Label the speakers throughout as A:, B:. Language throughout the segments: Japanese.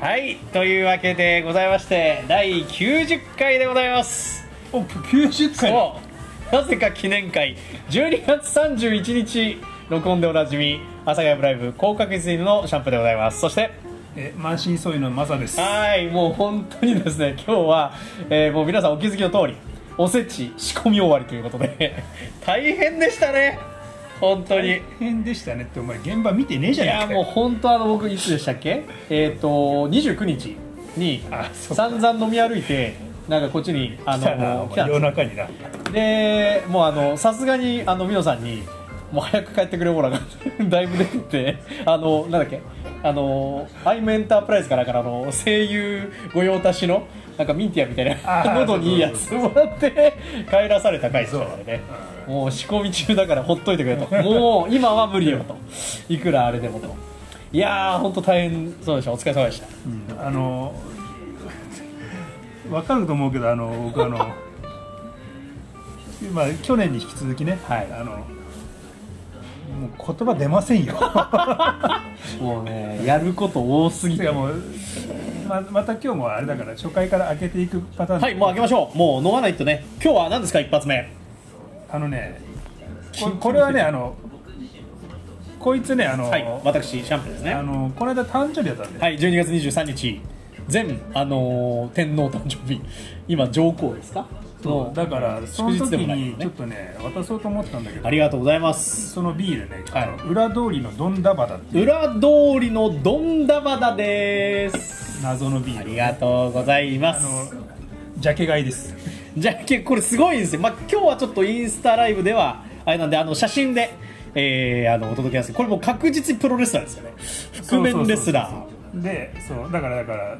A: はいというわけでございまして第90回でございます
B: お90回
A: そうなぜか記念会12月31日録音でおなじみ阿佐ヶ谷ブライブ広角水のシャンプーでございますそして
B: え満身創痍のマサです
A: はいもう本当にですね今日は、えーもう皆さんお気づきの通りおせち仕込み終わりということで大変でしたね本当に
B: 大変でしたねってお前現場見てねえじゃ
A: い
B: ねえ
A: や
B: か
A: もう本当あの僕いつでしたっけえっ、と29日に
B: あそうか
A: 散々飲み歩いてなんかこっちにあ
B: 来たなお
A: の
B: 前
A: 来たんです
B: 夜
A: よ
B: 中にな
A: でもうあのさすがにあのミノさんにもう早く帰ってくれオーラが だいぶ出ててあのなんだっけあのアイムエンタープライズからからあの声優御用達のなんかミンティアみたいな
B: あー
A: 喉にいいやつ
B: そ
A: もらって帰らされた回でしたからねもう仕込み中だからほっといてくれと もう今は無理よといくらあれでもといやー本当大変そうでしたお疲れ様でした
B: うんあの分かると思うけどあの僕あの今去年に引き続きね、
A: はい
B: あのもう言葉出ません よ
A: もうねやること多すぎ
B: て
A: て
B: かもうままた今日もあれだから初回から開けていくパターン、
A: はいもう開けましょうもう飲まないとね今日は何ですか一発目
B: あのねここれはねあのこいつねあの、
A: はい、私、シャンプーですね。
B: あのこの間誕生日だったんで、
A: はい、12月23日、前、あのー天皇誕生日、今、上皇ですか
B: そうだからそ
A: 祝
B: の
A: 日
B: 時
A: でもないよ
B: にちょ
A: ね
B: っ。とね渡そうと思ったんだけど
A: ありがとうございます。
B: そのビールね、
A: はい
B: あの裏通りのドンダバダっていう
A: 裏通りのどんだばだです。
B: 謎のビール
A: ありがとうございま
B: あ
A: す。
B: のジャケ買いです
A: じゃあけこれすごいんですよ、まあ、今日はちょっとインスタライブではあれなんであの写真で、えーあのお届けなんですけどこれもう確実にプロレスラーですよね覆面レスラー
B: そうそうそうそうでそうだからだから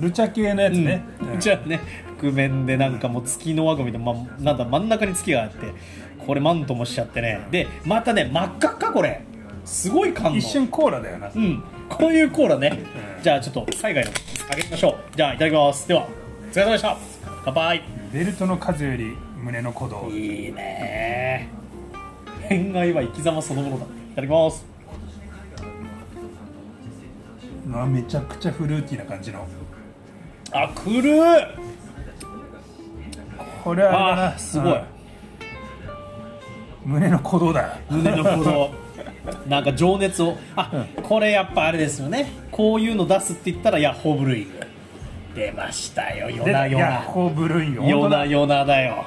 B: ルチャ系のやつね、うん
A: じゃあね覆面でなんかもう月の輪ゴミで、ま、なんだ真ん中に月があってこれマントもしちゃってねでまたね真っ赤っかこれすごい感動
B: 一瞬コーラだよな、
A: うんこういうコーラね、
B: うん
A: じゃあちょっと海外のあげましょうじゃあいただきますではお疲れ様でした乾杯
B: ベルトの数より胸の鼓動
A: いいね恋愛は生き様そのものだいただきます
B: まあめちゃくちゃフルーティーな感じの
A: あくるー
B: これはあれだ
A: あ
B: な
A: すごい
B: うん胸の鼓動だ
A: 胸の鼓動 なんか情熱をあ、これやっぱあれですよねこういうの出すって言ったらヤッホーブルーイング出ましたよ夜な
B: で
A: 夜
B: ヤッ
A: な
B: ホーブルーインよ
A: 夜な夜なだよ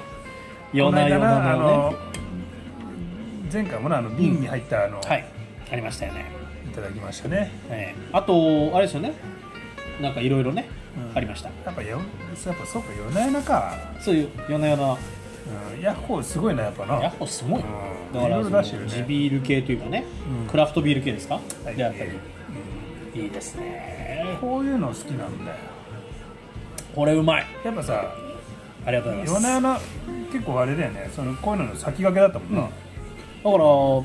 A: 夜な夜なだよ
B: あ
A: ね
B: の前回もなあの瓶に入ったあの、、
A: はいいありましたよね、
B: ただきましたね
A: ええあとあれですよねなんかいろいろね、
B: うん
A: ありました
B: やっぱよやっぱそうか夜な夜なか、
A: そういう夜な夜な
B: うん、ヤッホーすごいなやっぱな
A: ヤッホーすごい、
B: うん
A: だから
B: いろ
A: そ
B: いろ
A: の
B: 出してるね
A: 地ビール系というかね、
B: うん
A: クラフトビール系ですか、
B: はい
A: であったり
B: う
A: いいですね
B: んこういうの好きなんだよ
A: これうまい
B: やっぱさ
A: ありがとうございます
B: 夜な夜な結構あれだよねそのこういうのの先駆けだったもんな、
A: だから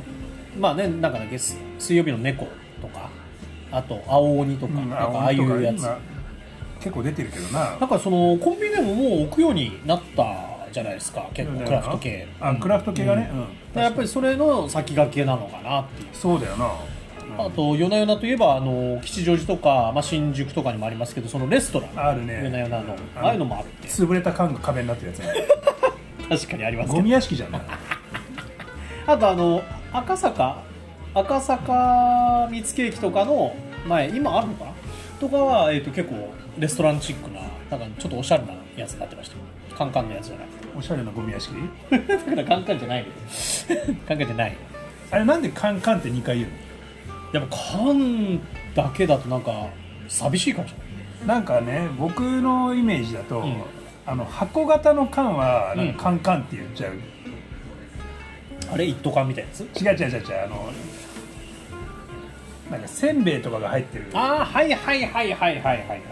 A: まあねなんかだっけす水曜日の猫とかあと青鬼とか、
B: うん
A: なんかああいうやつ
B: 今結構出てるけどな
A: なんかそのコンビニでももう置くようになったじゃないですか結構
B: 夜な夜な
A: クラフト系
B: あクラフト系がね、うん
A: やっぱりそれの先駆けなのかなっていう
B: そうだよな、うん
A: あと夜な夜なといえばあの吉祥寺とか、まあ、新宿とかにもありますけどそのレストラン
B: あるね
A: 夜な夜なの
B: ん
A: ああいうのもあって
B: 潰れた缶が壁になってるやつね
A: 確かにありますけ
B: ゴ
A: ど
B: ミ屋敷じゃんな
A: あとあの赤坂赤坂三つ駅とかの前今あるのかなとかは、えー、と結構レストランチックななんかちょっとおしゃれなやつになってましたよカンカンのやつじゃない
B: おしゃれなゴミ屋敷
A: だからカンカンじゃないの カンカンじゃない
B: あれなんでカンカンって2回言う
A: やっぱカンだけだとなんか寂しいかもしれない
B: のなんかね僕のイメージだと、
A: ん
B: あの箱型の缶はなん
A: うん
B: かカンカンって言っちゃう、
A: あれ一斗缶みたいなやつ
B: 違う違う違う違うあのなんかせんべいとかが入ってる
A: ああはいはいはいはいはいはいはい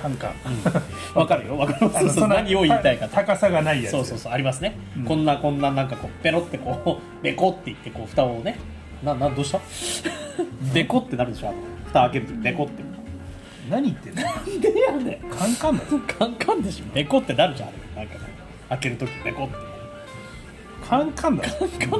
B: カンカン、
A: わかるよわかる
B: あ
A: そ
B: の
A: うそう
B: その
A: 何を言いたいかと
B: 高さがないやつ
A: そうそうそうありますね、
B: うん
A: こんなこんななんかこうペロってこう ベコって言ってこう蓋をねななどうした ベコってなるでしょあの蓋開けるとベコって
B: 何言ってんの
A: なんでやね
B: カンカンだよ
A: んカンカンでしょベコってなるじゃんあれなんかこう開けるときベコって
B: カンカンだよ
A: カン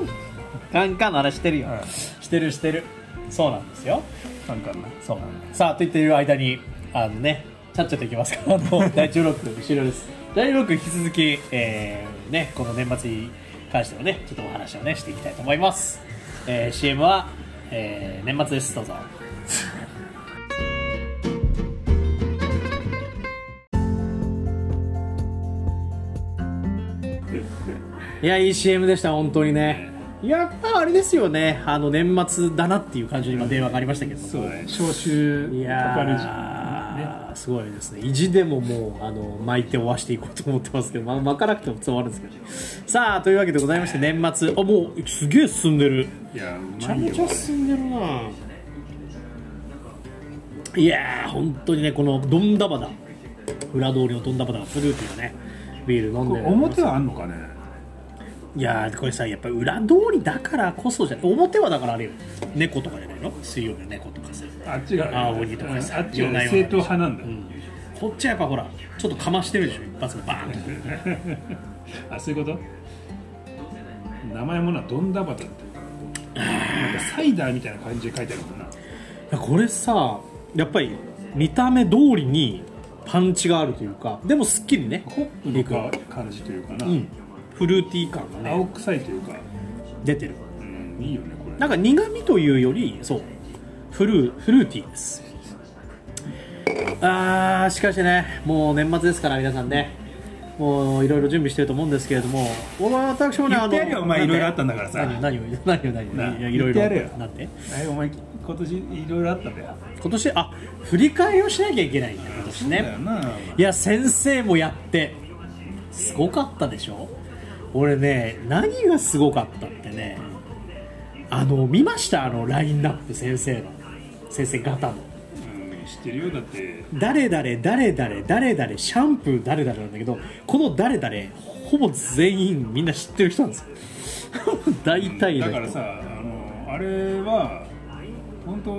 A: カンカンの話してるよ、
B: うん
A: してるしてるそうなんですよ
B: カンカンな
A: そうさあと言っている間にあのねちゃっちゃといきますからあ の第16区終了です第16区引き続き、えーね、この年末に関してもねちょっとお話をねしていきたいと思います、えー CM は、えー年末ですどう ぞいやいい CM でした本当にねいややっぱあれですよねあの年末だなっていう感じの今電話がありましたけど、
B: そうだね消臭
A: い
B: かかる時期
A: やー、すごいですね意地でももうあの巻いて終わしていこうと思ってますけど、ま、巻かなくても伝わるんですけどねさあというわけでございまして年末あもうすげえ進んでる
B: いやう
A: めち
B: ま
A: ゃ
B: い
A: め
B: よ
A: ちゃ進んでるないやー本当にねこのどんだばだ裏通りのどんだばだフルーティーなねビール飲ん
B: こ
A: で
B: れ
A: る
B: 表はあんのかね
A: いやーこれさやっぱり裏通りだからこそじゃ表はだからあれよ猫とかじゃないの水曜日の猫とかさ
B: あっちが
A: あ鬼とかさ
B: あっちが
A: いろんなような
B: 正統派なんだ、
A: こっちはやっぱほらちょっとかましてるでしょ一発でバーンと
B: あそういうこと名前もなどんだばたってなんかサイダーみたいな感じで書いてあるもんな
A: やこれさやっぱり見た目通りにパンチがあるというかでもすっきりね
B: ホップのか感じというかな、
A: うんフルーティー感が
B: 青
A: ね
B: 臭いというか、
A: 出てる
B: うん、いいよねこれ
A: なんか苦味というよりそうフルーフルーティーですあーしかしねもう年末ですから皆さんねもういろいろ準備してると思うんですけれども俺は私もね
B: 言ってやるよお前
A: なんで
B: いろいろあったんだからさ
A: 何何を何を何を
B: ない
A: やいろいろ
B: 言ってやれよ
A: なんで
B: えお前今年いろいろあったんだよ
A: 今年あ振り返りをしなきゃいけないんだ今年
B: そうだ
A: ね
B: よない
A: や先生もやってすごかったでしょ俺ね何がすごかったってねあの見ましたあのラインナップ先生の先生方の
B: うん知ってるよだって
A: 誰々誰々誰々シャンプー誰々なんだけどこの誰々ほぼ全員みんな知ってる人なんですよ 大体の人
B: だからさあのあれは本当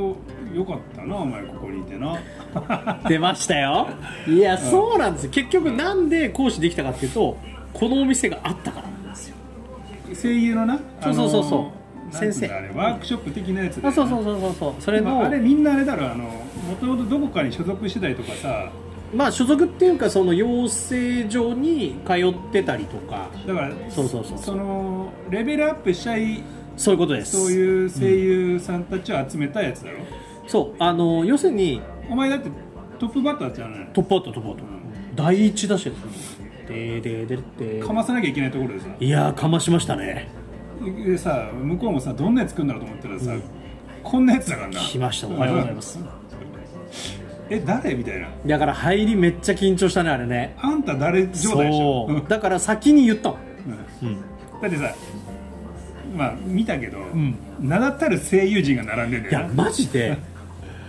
B: よかったなお前ここにい てな
A: 出ましたよいやそうなんですよ結局なんで講師できたかっていうとこのお店があったからなんですよ
B: 声優のな
A: そうそうそうそう先
B: 先
A: 生
B: 生あれワークショップ的なやつだよ
A: あ
B: ね
A: そうそうそうそうそうそれ
B: まあ、
A: の
B: あれみんなあれだろあのもともとどこかに所属してたりとかさ
A: まあ所属っていうかその養成所に通ってたりとか
B: だから
A: そうそうそう
B: そのレベルアップしたい
A: そういうことです
B: そう
A: う
B: いう声優さんたちを集めたやつだろ、
A: そうあの要するに
B: お前だってトップバッターじゃない
A: トップアウトトップアウト、第一打者ですでででで
B: かまさなきゃいけないところでさ
A: いやーかましましたね
B: でさ向こうもさどんなやつ作るんだろうと思ったらさ、こんなやつだからな
A: 来ましたおはようございます
B: え誰みたいな
A: だから入りめっちゃ緊張したねあれね
B: あんた誰状態でしょ
A: そうだから先に言ったの
B: う
A: うん
B: んだってさまあ見たけど、
A: ん
B: 名だたる声優陣が並んでん
A: い
B: だ
A: や
B: よな
A: マジで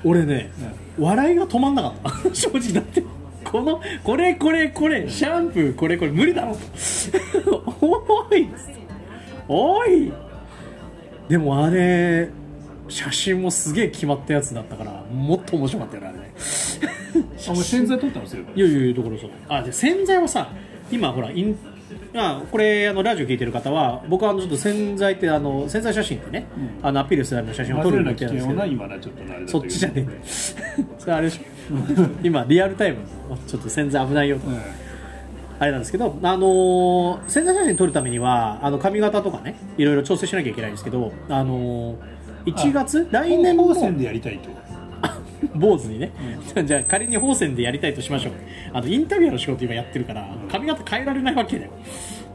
A: 俺ね、笑いが止まんなかった 正直だってこのこれこれこれシャンプーこれこれ無理だろ おいおいでもあれ写真もすげえ決まったやつだったからもっと面白かったよねあれね
B: あお前洗剤取ったのすよ
A: いやいやいやだからさあで洗剤はさ今ほらインあこれあのラジオ聞いてる方は僕はあのちょっと洗剤ってあの洗剤写真ってね、あのアピールするための写真を撮
B: 混ぜ
A: る
B: る
A: んだ
B: な
A: け
B: 危
A: なんです
B: 険
A: け
B: を
A: ど
B: な今なちょっとあれだ
A: そっちじゃねえんだよそれあれでしょ 今リアルタイムのちょっと洗剤危ないよと、あれなんですけど、あのー潜在写真撮るためにはあの髪型とかねいろいろ調整しなきゃいけないんですけど、あのー、1月来年
B: 高
A: も
B: 校生でやりたいと
A: 坊主にね、 じゃあ仮に宝泉でやりたいとしましょうあのインタビュアーの仕事今やってるから髪型変えられないわけだよ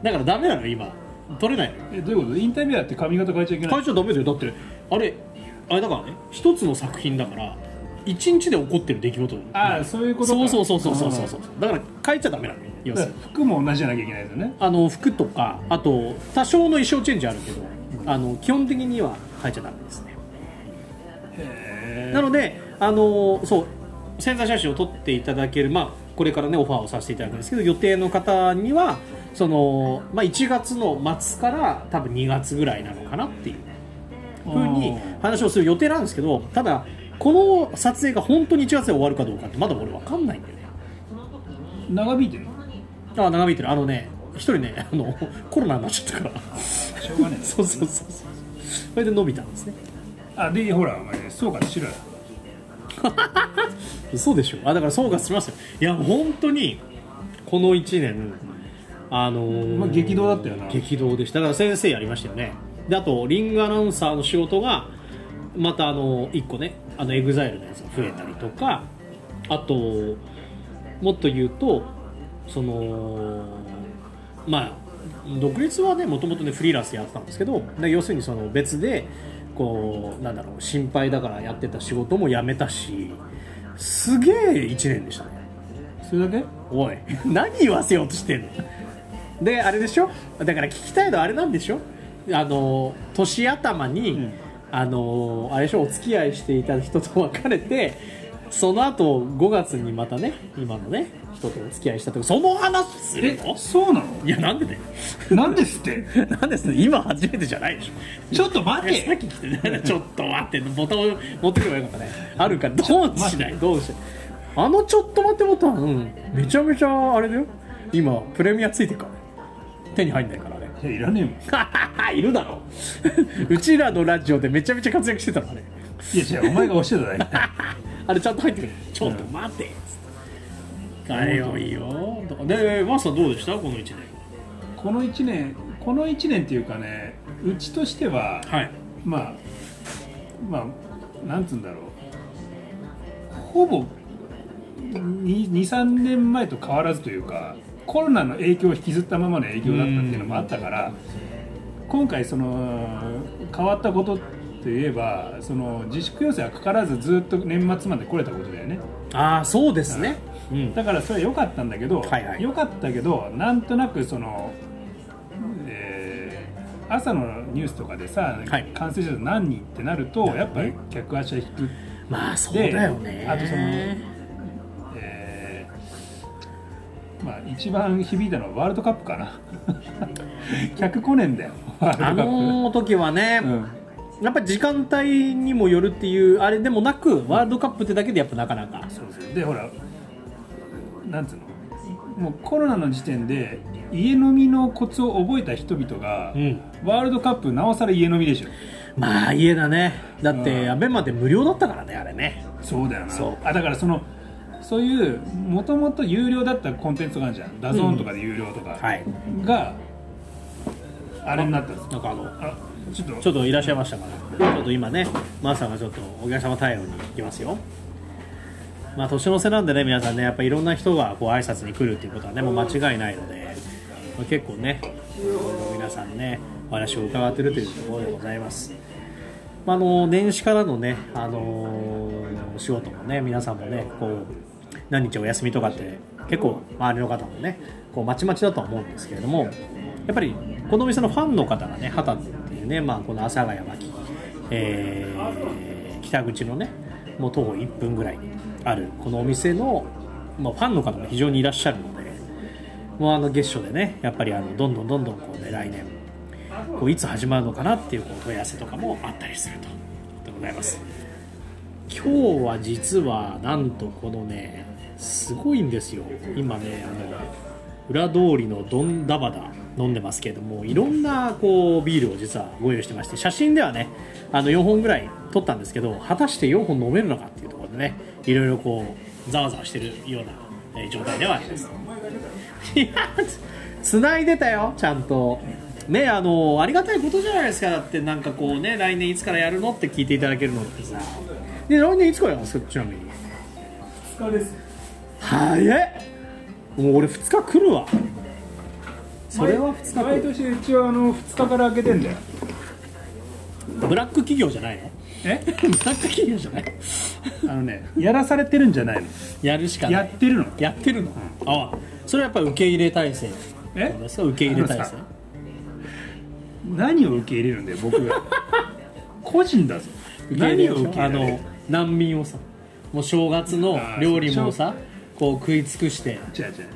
A: だからダメなの今撮れないのよ
B: えどういうことインタビュアーって髪型変えちゃいけない
A: 会社ダメだよだってあれあれだからね一つの作品だから一日で起こってる出来事だよ
B: ああそういうこと
A: そ
B: か
A: うそうそうそうそうそうそうだから変えちゃダメなのよ要
B: だ
A: す
B: か
A: るに
B: ら服も同じじゃなきゃいけないですよね
A: あの服とかあと多少の衣装チェンジあるけどあの基本的には変えちゃダメですね
B: へ
A: なのであのそう潜在写真を撮っていただけるまあこれからねオファーをさせていただくんですけど予定の方にはその、まあ、1月の末から多分2月ぐらいなのかなっていうふうに話をする予定なんですけどただこの撮影が本当に1月で終わるかどうかってまだ俺分かんないんだよね
B: 長引いてるの
A: あ長引いてるあのね一人ねあのコロナになっちゃったから
B: しょうがねえな
A: そうそうそうそうそれで伸びたんですね
B: あでほらお前そうか白だ
A: 嘘でしょあだから総括しますよいや本当にこの1年あのー
B: まあ激動だったよな
A: 激動でしただから先生やりましたよねであとリングアナウンサーの仕事がまたあの1個ねあのエグザイルのやつが増えたりとかあともっと言うとそのまあ独立はねもともとねフリーランスでやってたんですけどで要するにその別でこうなんだろう心配だからやってた仕事も辞めたしすげえ1年でしたね
B: それだけ
A: おい 何言わせようとしてんのであれでしょだから聞きたいのはあれなんでしょあの年頭に、
B: ん
A: あのあれでしょお付き合いしていた人と別れてその後5月にまたね今のね人とお付き合いしたとその話するの
B: そうない
A: やなんでだよ
B: のなんですって
A: なんです今初めてじゃないでしょ
B: ちょっと待
A: えさってき来てねちょっと待ってボタンを持ってくればよかったねあるからどうしないどうしないあのちょっと待ってボタン、うん、めちゃめちゃあれだよ今プレミアついてるからね手に入んないからあれ
B: いやいらねえもん
A: いるだろうちらのラジオでめちゃめちゃ活躍してた のあれ
B: いやじゃお前が教えただけ
A: あれちゃんと入ってくるちょっと待てっつってあれよいいよとかでマスターどうでしたこの1年
B: この1年この1年っていうかねうちとしては、
A: はい
B: まあまあなんつうんだろうほぼ23年前と変わらずというかコロナの影響を引きずったままの影響だったっていうのもあったから今回その変わったことといえばその自粛要請はかからずずっと年末まで来れたことだよね
A: ああそうですね、うん
B: だからそれは良かったんだけど、
A: はいはい
B: 良かったけどなんとなくその、えー朝のニュースとかでさ、
A: はい
B: 感染者数何人ってなるとやっぱり客足は引く、
A: まあそうだよね
B: あとそのえーまあ、一番響いたのはワールドカップかな 客来ねえんだよワー
A: あ
B: ルドカップ、
A: の時はね、
B: うん
A: やっぱり時間帯にもよるっていうあれでもなくワールドカップってだけでやっぱなかなか
B: そうそうでほらなんつうのもうコロナの時点で家飲みのコツを覚えた人々が、
A: うん
B: ワールドカップなおさら家飲みでしょ
A: まあ家だねだっ
B: う
A: て
B: ん
A: アベマで無料だったからねあれね
B: そうだよな
A: そう
B: あだからそのそういうもともと有料だったコンテンツとかあるじゃんダゾーンとかで有料とか、
A: はい
B: があれになったんです
A: なんかあの
B: あちょっと
A: ちょっといらっしゃいましたからちょっと今ねマーさんがちょっとお客様対応に行きますよまあ年の瀬なんでね皆さんねやっぱいろんな人がこう挨拶に来るっていうことはねもう間違いないので、まあ、結構ねいろいろ皆さんねお話を伺ってるというところでございますまあ、あの年始からのね、あのーお仕事もね皆さんもねこう何日お休みとかって結構周りの方もねこうまちまちだとは思うんですけれどもやっぱりこのお店のファンの方がね畑っていうね、まあ、この阿佐ヶ谷脇、えー北口のねもう徒歩1分ぐらいにあるこのお店の、まあ、ファンの方が非常にいらっしゃるのでもうあの月初でねやっぱりあのどんどんどんどんこうね来年こういつ始まるのかなっていうこう問い合わせとかもあったりするということでございます今日は実はなんとこのねすごいんですよ今ねあの裏通りのドンダバダ飲んでますけれどもいろんなこうビールを実はご用意してまして写真ではねあの4本ぐらい撮ったんですけど果たして4本飲めるのかっていうところでねいろいろこうざわざわしてるようなえー状態ではありますいやつないでたよちゃんとねあのありがたいことじゃないですかだってなんかこうね来年いつからやるのって聞いていただけるのってさで来年いつからやるんですかちなみに
B: 2日です
A: 早っもう俺2日来るわそれは2日来
B: 毎
A: る
B: 年うちはあの2日から開けてんだよ
A: ブラック企業じゃないの
B: え
A: ブラック企業じゃない
B: あのねやらされてるんじゃないの
A: やるしかな
B: や
A: い
B: ってるの
A: やってるの、ああそれはやっぱり受け入れ体制
B: え
A: ですか受け入れ体
B: あの
A: 制
B: さ何を受け入れるんだよ僕 が個人だぞ
A: 受け入れよ
B: 何を
A: う
B: 受け
A: あ
B: 入れる
A: の難民をさもう正月の料理もさこう食い尽くして
B: 違う違う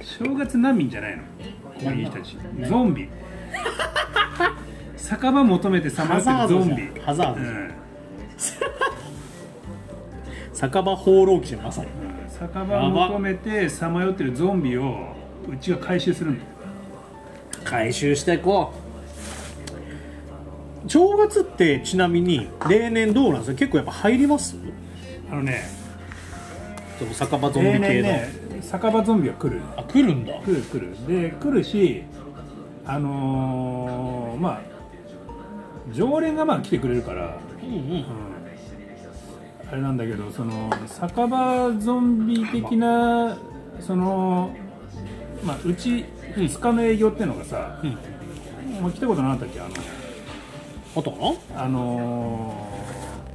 B: 正月難民じゃないのこういう人たちゾ ンビ酒場求めてさまよ
A: ハザー
B: ってる
A: ド
B: ゾ
A: じゃん
B: ンビ
A: ハザード
B: う
A: じゃん
B: ん
A: 酒場放浪記じゃんまさに
B: 酒場求めてさまよってるゾンビをうちが回収するんだよ
A: 回収していこう正月ってちなみに例年どうなんですか結構やっぱ入ります
B: あのね
A: でも酒場ゾンビ
B: 例
A: 系の、
B: 年ね酒場ゾンビは来る
C: あ来るんだ
B: 来る来るで来るしあのーまあ常連がまあ来てくれるから、
C: うんうん
B: うんあれなんだけどその酒場ゾンビ的なそのまあうち
C: うん
B: 2日の営業ってのがさ、
C: うん
B: もう来たことなかったっけあの
C: あとは
B: あの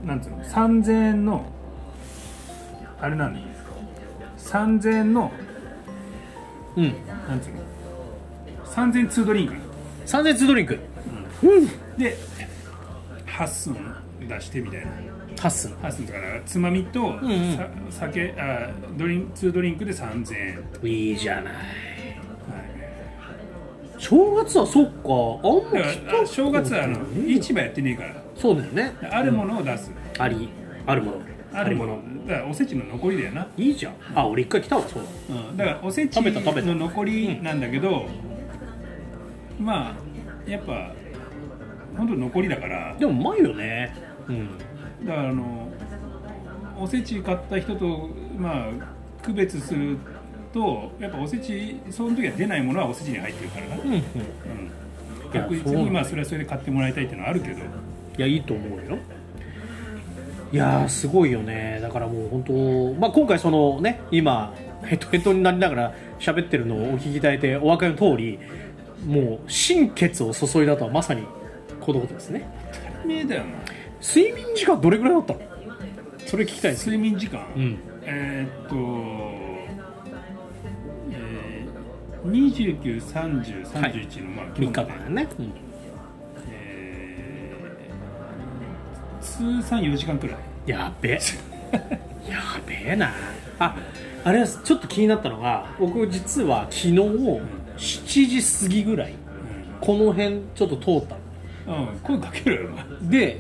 B: ーなんつうの3000円のあれなの3000円の
C: なうん
B: なんつうの3000円ツードリンク
C: 三千ドリンク
B: で8寸出してみたいな
C: ハッスン
B: 8寸だからつまみと、
C: んうん
B: さ酒あドリンツードリンクで3000円、はい
A: いいじゃない正月はそっかあんま
B: だ
A: 来
B: からあ
A: た
B: 正月はあの
A: うん
B: 市場やってねえから
A: そうだよね
B: あるものを出す、
A: ありあるもの
B: あるものだからおせちの残りだよな、
A: いいじゃんあ俺一回来たわそうだ
B: うん、だからおせち
A: 食べた食べた
B: の残りなんだけどまあやっぱ本当に残りだから
A: でもうまいよねうん
B: だからあのおせち買った人とまあ区別するとやっぱおせちその時は出ないものはおせちに入ってるからな、うん
A: うんうんいや
B: 確実
A: そう
B: にまあそれはそれで買ってもらいたいっていうのはあるけど
A: やいいと思うよいやーすごいよねだからもう本当まあ今回そのね今ヘトヘトになりながら喋ってるのをお聞きいただいてお分かりの通りもう心血を注いだとはまさにこのことですね
B: 目だよな
A: 睡眠時間どれぐらいだったのそれ聞きたいです
B: 睡眠時間、
A: うん
B: えーっと、えー、293031のまあ今日
A: 3日間
B: まで、
A: だよね、うん
B: えー通算4時間くらい
A: やべえ やべえなああれはちょっと気になったのが僕実は昨日7時過ぎぐらいこの辺ちょっと通った
B: うん、うん、声かけろよお前
A: ので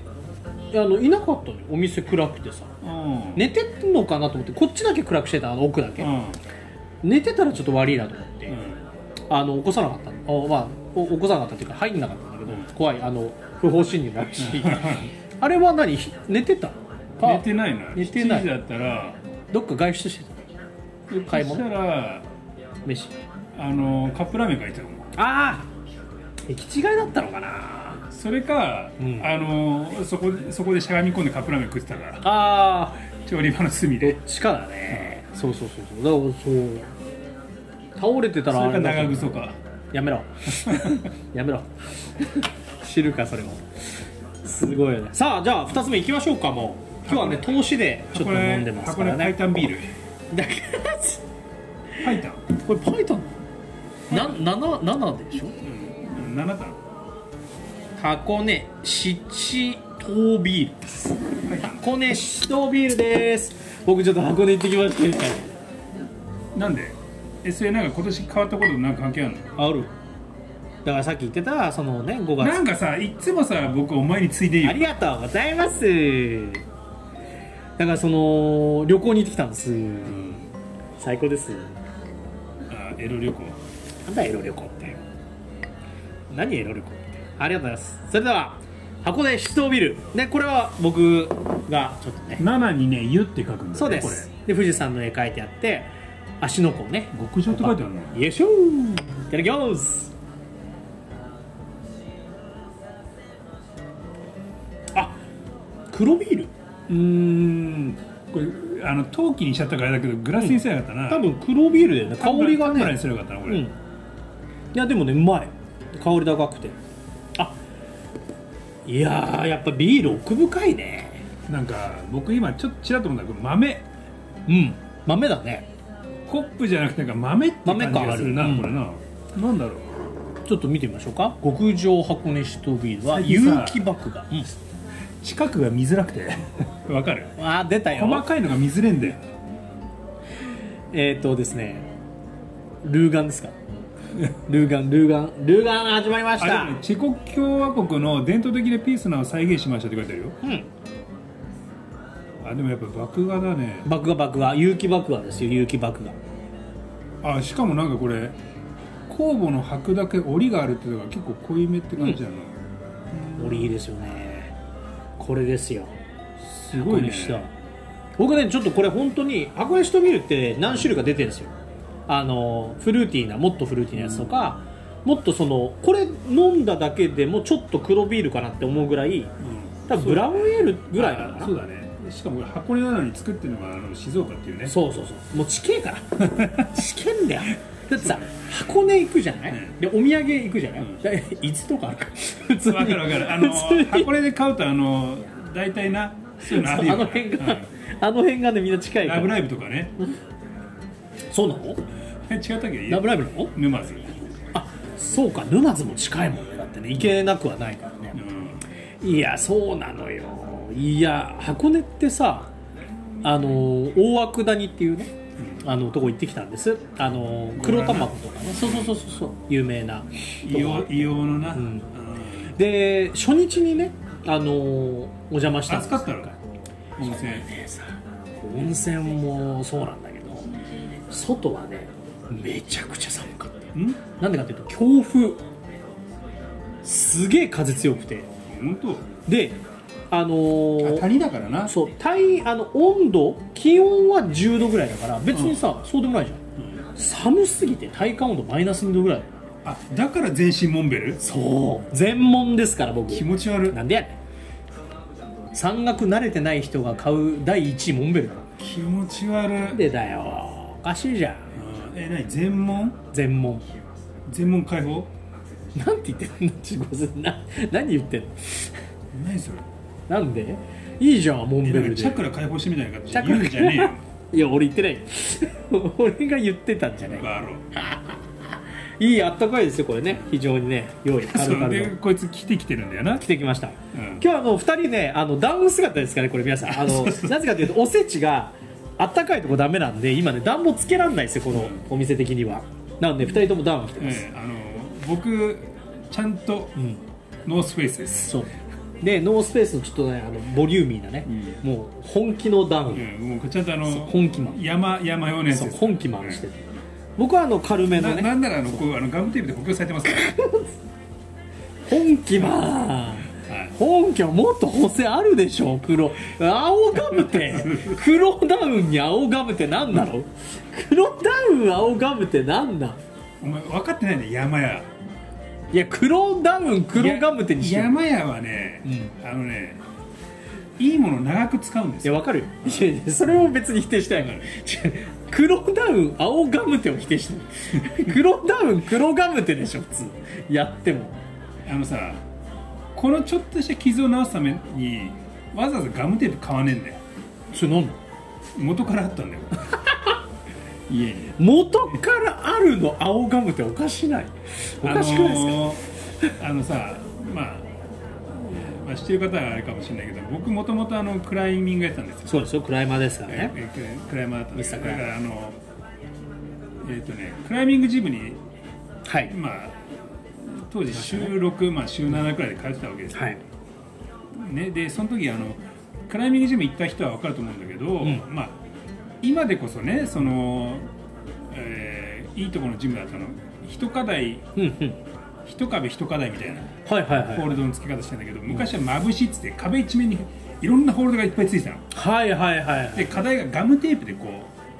A: いやあのいなかったのよお店暗くてさ
B: うん
A: 寝てんのかなと思ってこっちだけ暗くしてたあの奥だけ、
B: うん
A: 寝てたらちょっと悪いなと思って、
B: う
A: あの起こさなかったのあまあお起こさなかったっていうか入んなかったんだけど、
B: うん
A: 怖いあの不法侵入になるしあれは何寝てたの
B: ん
A: か
B: 寝てないな
A: 寝てない
B: 7時だったら
A: どっか外出してた買い物
B: そしたら
A: 飯
B: あのカップラーメン買いたいもん
A: ああ行き違いだったのかな
B: それか、
A: うん
B: あのそこそこでしゃがみ込んでカップラーメン食ってたから
A: ああ
B: 調理場の隅
A: どっ
B: で
A: ちかだねそうそうそうそうだからそう倒れてた
B: そ
A: ら
B: れか
A: だけ
B: 長
A: ど
B: 靴か
A: やめろ やめろ知るかそれもすごいよねさあじゃあ2つ目いきましょうかもう今日はね投資でちょっと飲んでますか
B: これ
A: ら
B: 白
A: ね
B: 湯タンビール
A: だから
B: パイタン
A: これパイタンな7 7でしょ
B: うん7タン
A: 箱根七島ビールです
B: パイタン
A: 箱根七島ビールです僕ちょっと箱根行ってきまして
B: なんで SA なんか今年変わったこととなんか関係あるの
A: あるだからさっき言ってたそのね5
B: な
A: 月
B: んかさいっつもさ僕お前についでいい
A: あ
B: よ
A: りがとうございますだからその旅行に行ってきたんです
B: うん
A: 最高です
B: あエロ旅行
A: なんだエロ旅行って何エロ旅行ってありがとうございますそれでは箱根七島ビールねこれは僕がちょっとね
B: 7にね「湯」って書くんだよね
A: そうですで富士山の絵描いてあって芦ノ湖をね
B: これ極上って書いてあるの
A: よいしょいただきますあ黒ビール
B: うーんこれあの陶器にしちゃったからあれだけどグラスにせなかったな、
A: 多分黒ビールだよね香りが
B: タンブラー
A: ね
B: にすればよかったなこ
A: うん
B: れ、
A: いやでもねうまい香り高くてあいやーやっぱビール奥深いね
B: なんか僕今ちょっとちらっと思ったけど豆
A: うん豆だね
B: ホップじゃなくてなんか豆って感じ
A: 豆感あ
B: が
A: る
B: するな
A: うん
B: これな、なんだろう
A: ちょっと見てみましょうか極上箱根シトビールは
B: 最近さ
A: 有機麦芽、
B: 近くが見づら くてわかる
A: うん、あー出たよ
B: 細かいのが見づれんだよ
A: えっ、ー、とですね、ルーガンですか。ルーガン、ルーガン、ルーガン始まりまし
B: あ
A: た
B: で。もチェコ共和国の伝統的なピースナーを再現しましたって書いてあるよ
A: うん、
B: あでもやっぱ麦芽だね
A: 爆芽爆芽、有機爆芽ですよ、有機爆芽。
B: あしかもなんかこれ酵母の箔だけ折りがあるっていうのが結構濃いめって感じだな、
A: 森いいですよね。これですよ。
B: すごいね
A: この下僕ねちょっとこれ本当に箱根シトミールって何種類か出てるんですよあのフルーティーなもっとフルーティーなやつとか、もっとそのこれ飲んだだけでもちょっと黒ビールかなって思うぐらい多分ブラウンエールぐらいなのかな
B: そうだねしかも俺箱根なのに作ってるのがあの静岡っていうね
A: そうそうそうもう地形から 地形んだよだってさ箱根行くじゃない、
B: うん
A: でお土産行くじゃない、
B: うん
A: だ伊豆とかあるから普通
B: わかるわかるあの
A: 普通に
B: 箱根で買うとあの大体なそういうのあ
A: あ
B: るよ
A: の辺が、あの辺がねみんな近
B: う
A: い
B: ん
A: か
B: ラブ
A: ら
B: ライブとかね
A: そうなの
B: え違ったっけ
A: ラブライブなの
B: 沼津
A: あそうか沼津も近いもんねだってね行けなくはないからね
B: うん
A: いやそうなのよいや箱根ってさあの大涌谷っていうねあのとこ行ってきたんですあの黒卵とかねそうそうそうそうそう有名なとこがあっ
B: 硫
A: て
B: 黄硫黄のな、
A: ん
B: うん
A: で初日にねあのお邪魔したんで
B: 暑
A: す
B: かったろ温泉
A: ねさ温泉もそうなんだけど外はねめちゃくちゃ寒かったよ
B: ん
A: なんでかっていうと強風すげえ風強くて
B: 本
A: であの
B: 当
A: ー
B: あ谷だからな
A: そう体あの温度気温は10度ぐらいだから別にさ、そうでもないじゃん、寒すぎて体感温度マイナス2度ぐらい
B: あだから全身モンベル
A: そう全問ですから僕
B: 気持ち悪い
A: なんでやねん山岳慣れてない人が買う第1位モンベルだろ
B: 気持ち悪い
A: なんでだよおかしいじゃん
B: うんえ何全門
A: 全問
B: 全門開放
A: なんて言ってんのちょごめんな何言ってんの
B: 何それ
A: なんでいいじゃんモンベ
B: えなん
A: ル
B: か
A: で
B: チャクラ解放してみたいな
A: チャ
B: 形
A: クラ
B: 言うんじゃねえよ
A: いや俺言ってない 俺が言ってたんじゃない
B: バロ
A: いいあったかいですよこれね非常にね用意カ
B: そ
A: ルカ
B: う
A: ル
B: で
A: の
B: こいつ来てきてるんだよな
A: 着てきました、
B: ん
A: 今日あの2人ねあのダウン姿ですからねこれ皆さんあのなぜかというとおせちがあったかいとこダメなんで今ね暖房つけらんないですよこのお店的にはなので2人ともダウン着てます、
B: ええあの僕ちゃんと
A: うん
B: ノースフェイスです
A: そうでノースペースのちょっとねあのボリューミーなね、もう本気のダウン、
B: うんもうちゃんとあの
A: 本気マン
B: 山山用のやつ
A: そう
B: です
A: 本気マンしてる、僕はあの軽めの
B: なな
A: ね
B: んならあのこうあのガムテープで補強されてますから
A: 本気マン
B: はい
A: 本気はもっと補正あるでしょ黒青ガム テ黒ダウンに青ガムテなんだろう黒ダウン青ガムテなんだ
B: お前分かってないね山屋
A: いや黒ダウン黒ガムテにしよう
B: 山屋はね、あのねいいもの長く使うんです
A: いや
B: よ
A: わかるよいやいやそれを別に否定してないから違う黒ダウン青ガムテを否定してない黒ダウン黒ガムテでしょ普通やっても
B: あのさこのちょっとした傷を治すためにわざわざガムテープ買わねえんだよ
A: それ何の
B: 元からあった んだよ家に
A: 元からあるの青ガムテおかしないおかしくないですか、
B: あのーあのさまあまあ、知ってる方はあれかもしれないけど僕もともとあのクライミングやってたんですよ
A: そうですよクライマーですからね
B: ええクライマーだったんです
A: ミ
B: だ
A: スタ
B: か
A: ークライマー
B: らあのえっ、とねクライミングジムに
A: はい
B: まあ当時週6、まあ、週7くらいで通ってたわけですよ、
A: はい
B: ね、でその時あのクライミングジム行った人は分かると思うんだけど、
A: ん
B: まあ、今でこそねその、えーいいところのジムだったの一課題
A: うんうん
B: 一壁一課題みたいな
A: はいはいはい
B: ホールドの付け方してんだけど昔は眩しいっつって壁一面にいろんなホールドがいっぱいついてたの
A: はいはいはいはい
B: で課題がガムテープでこう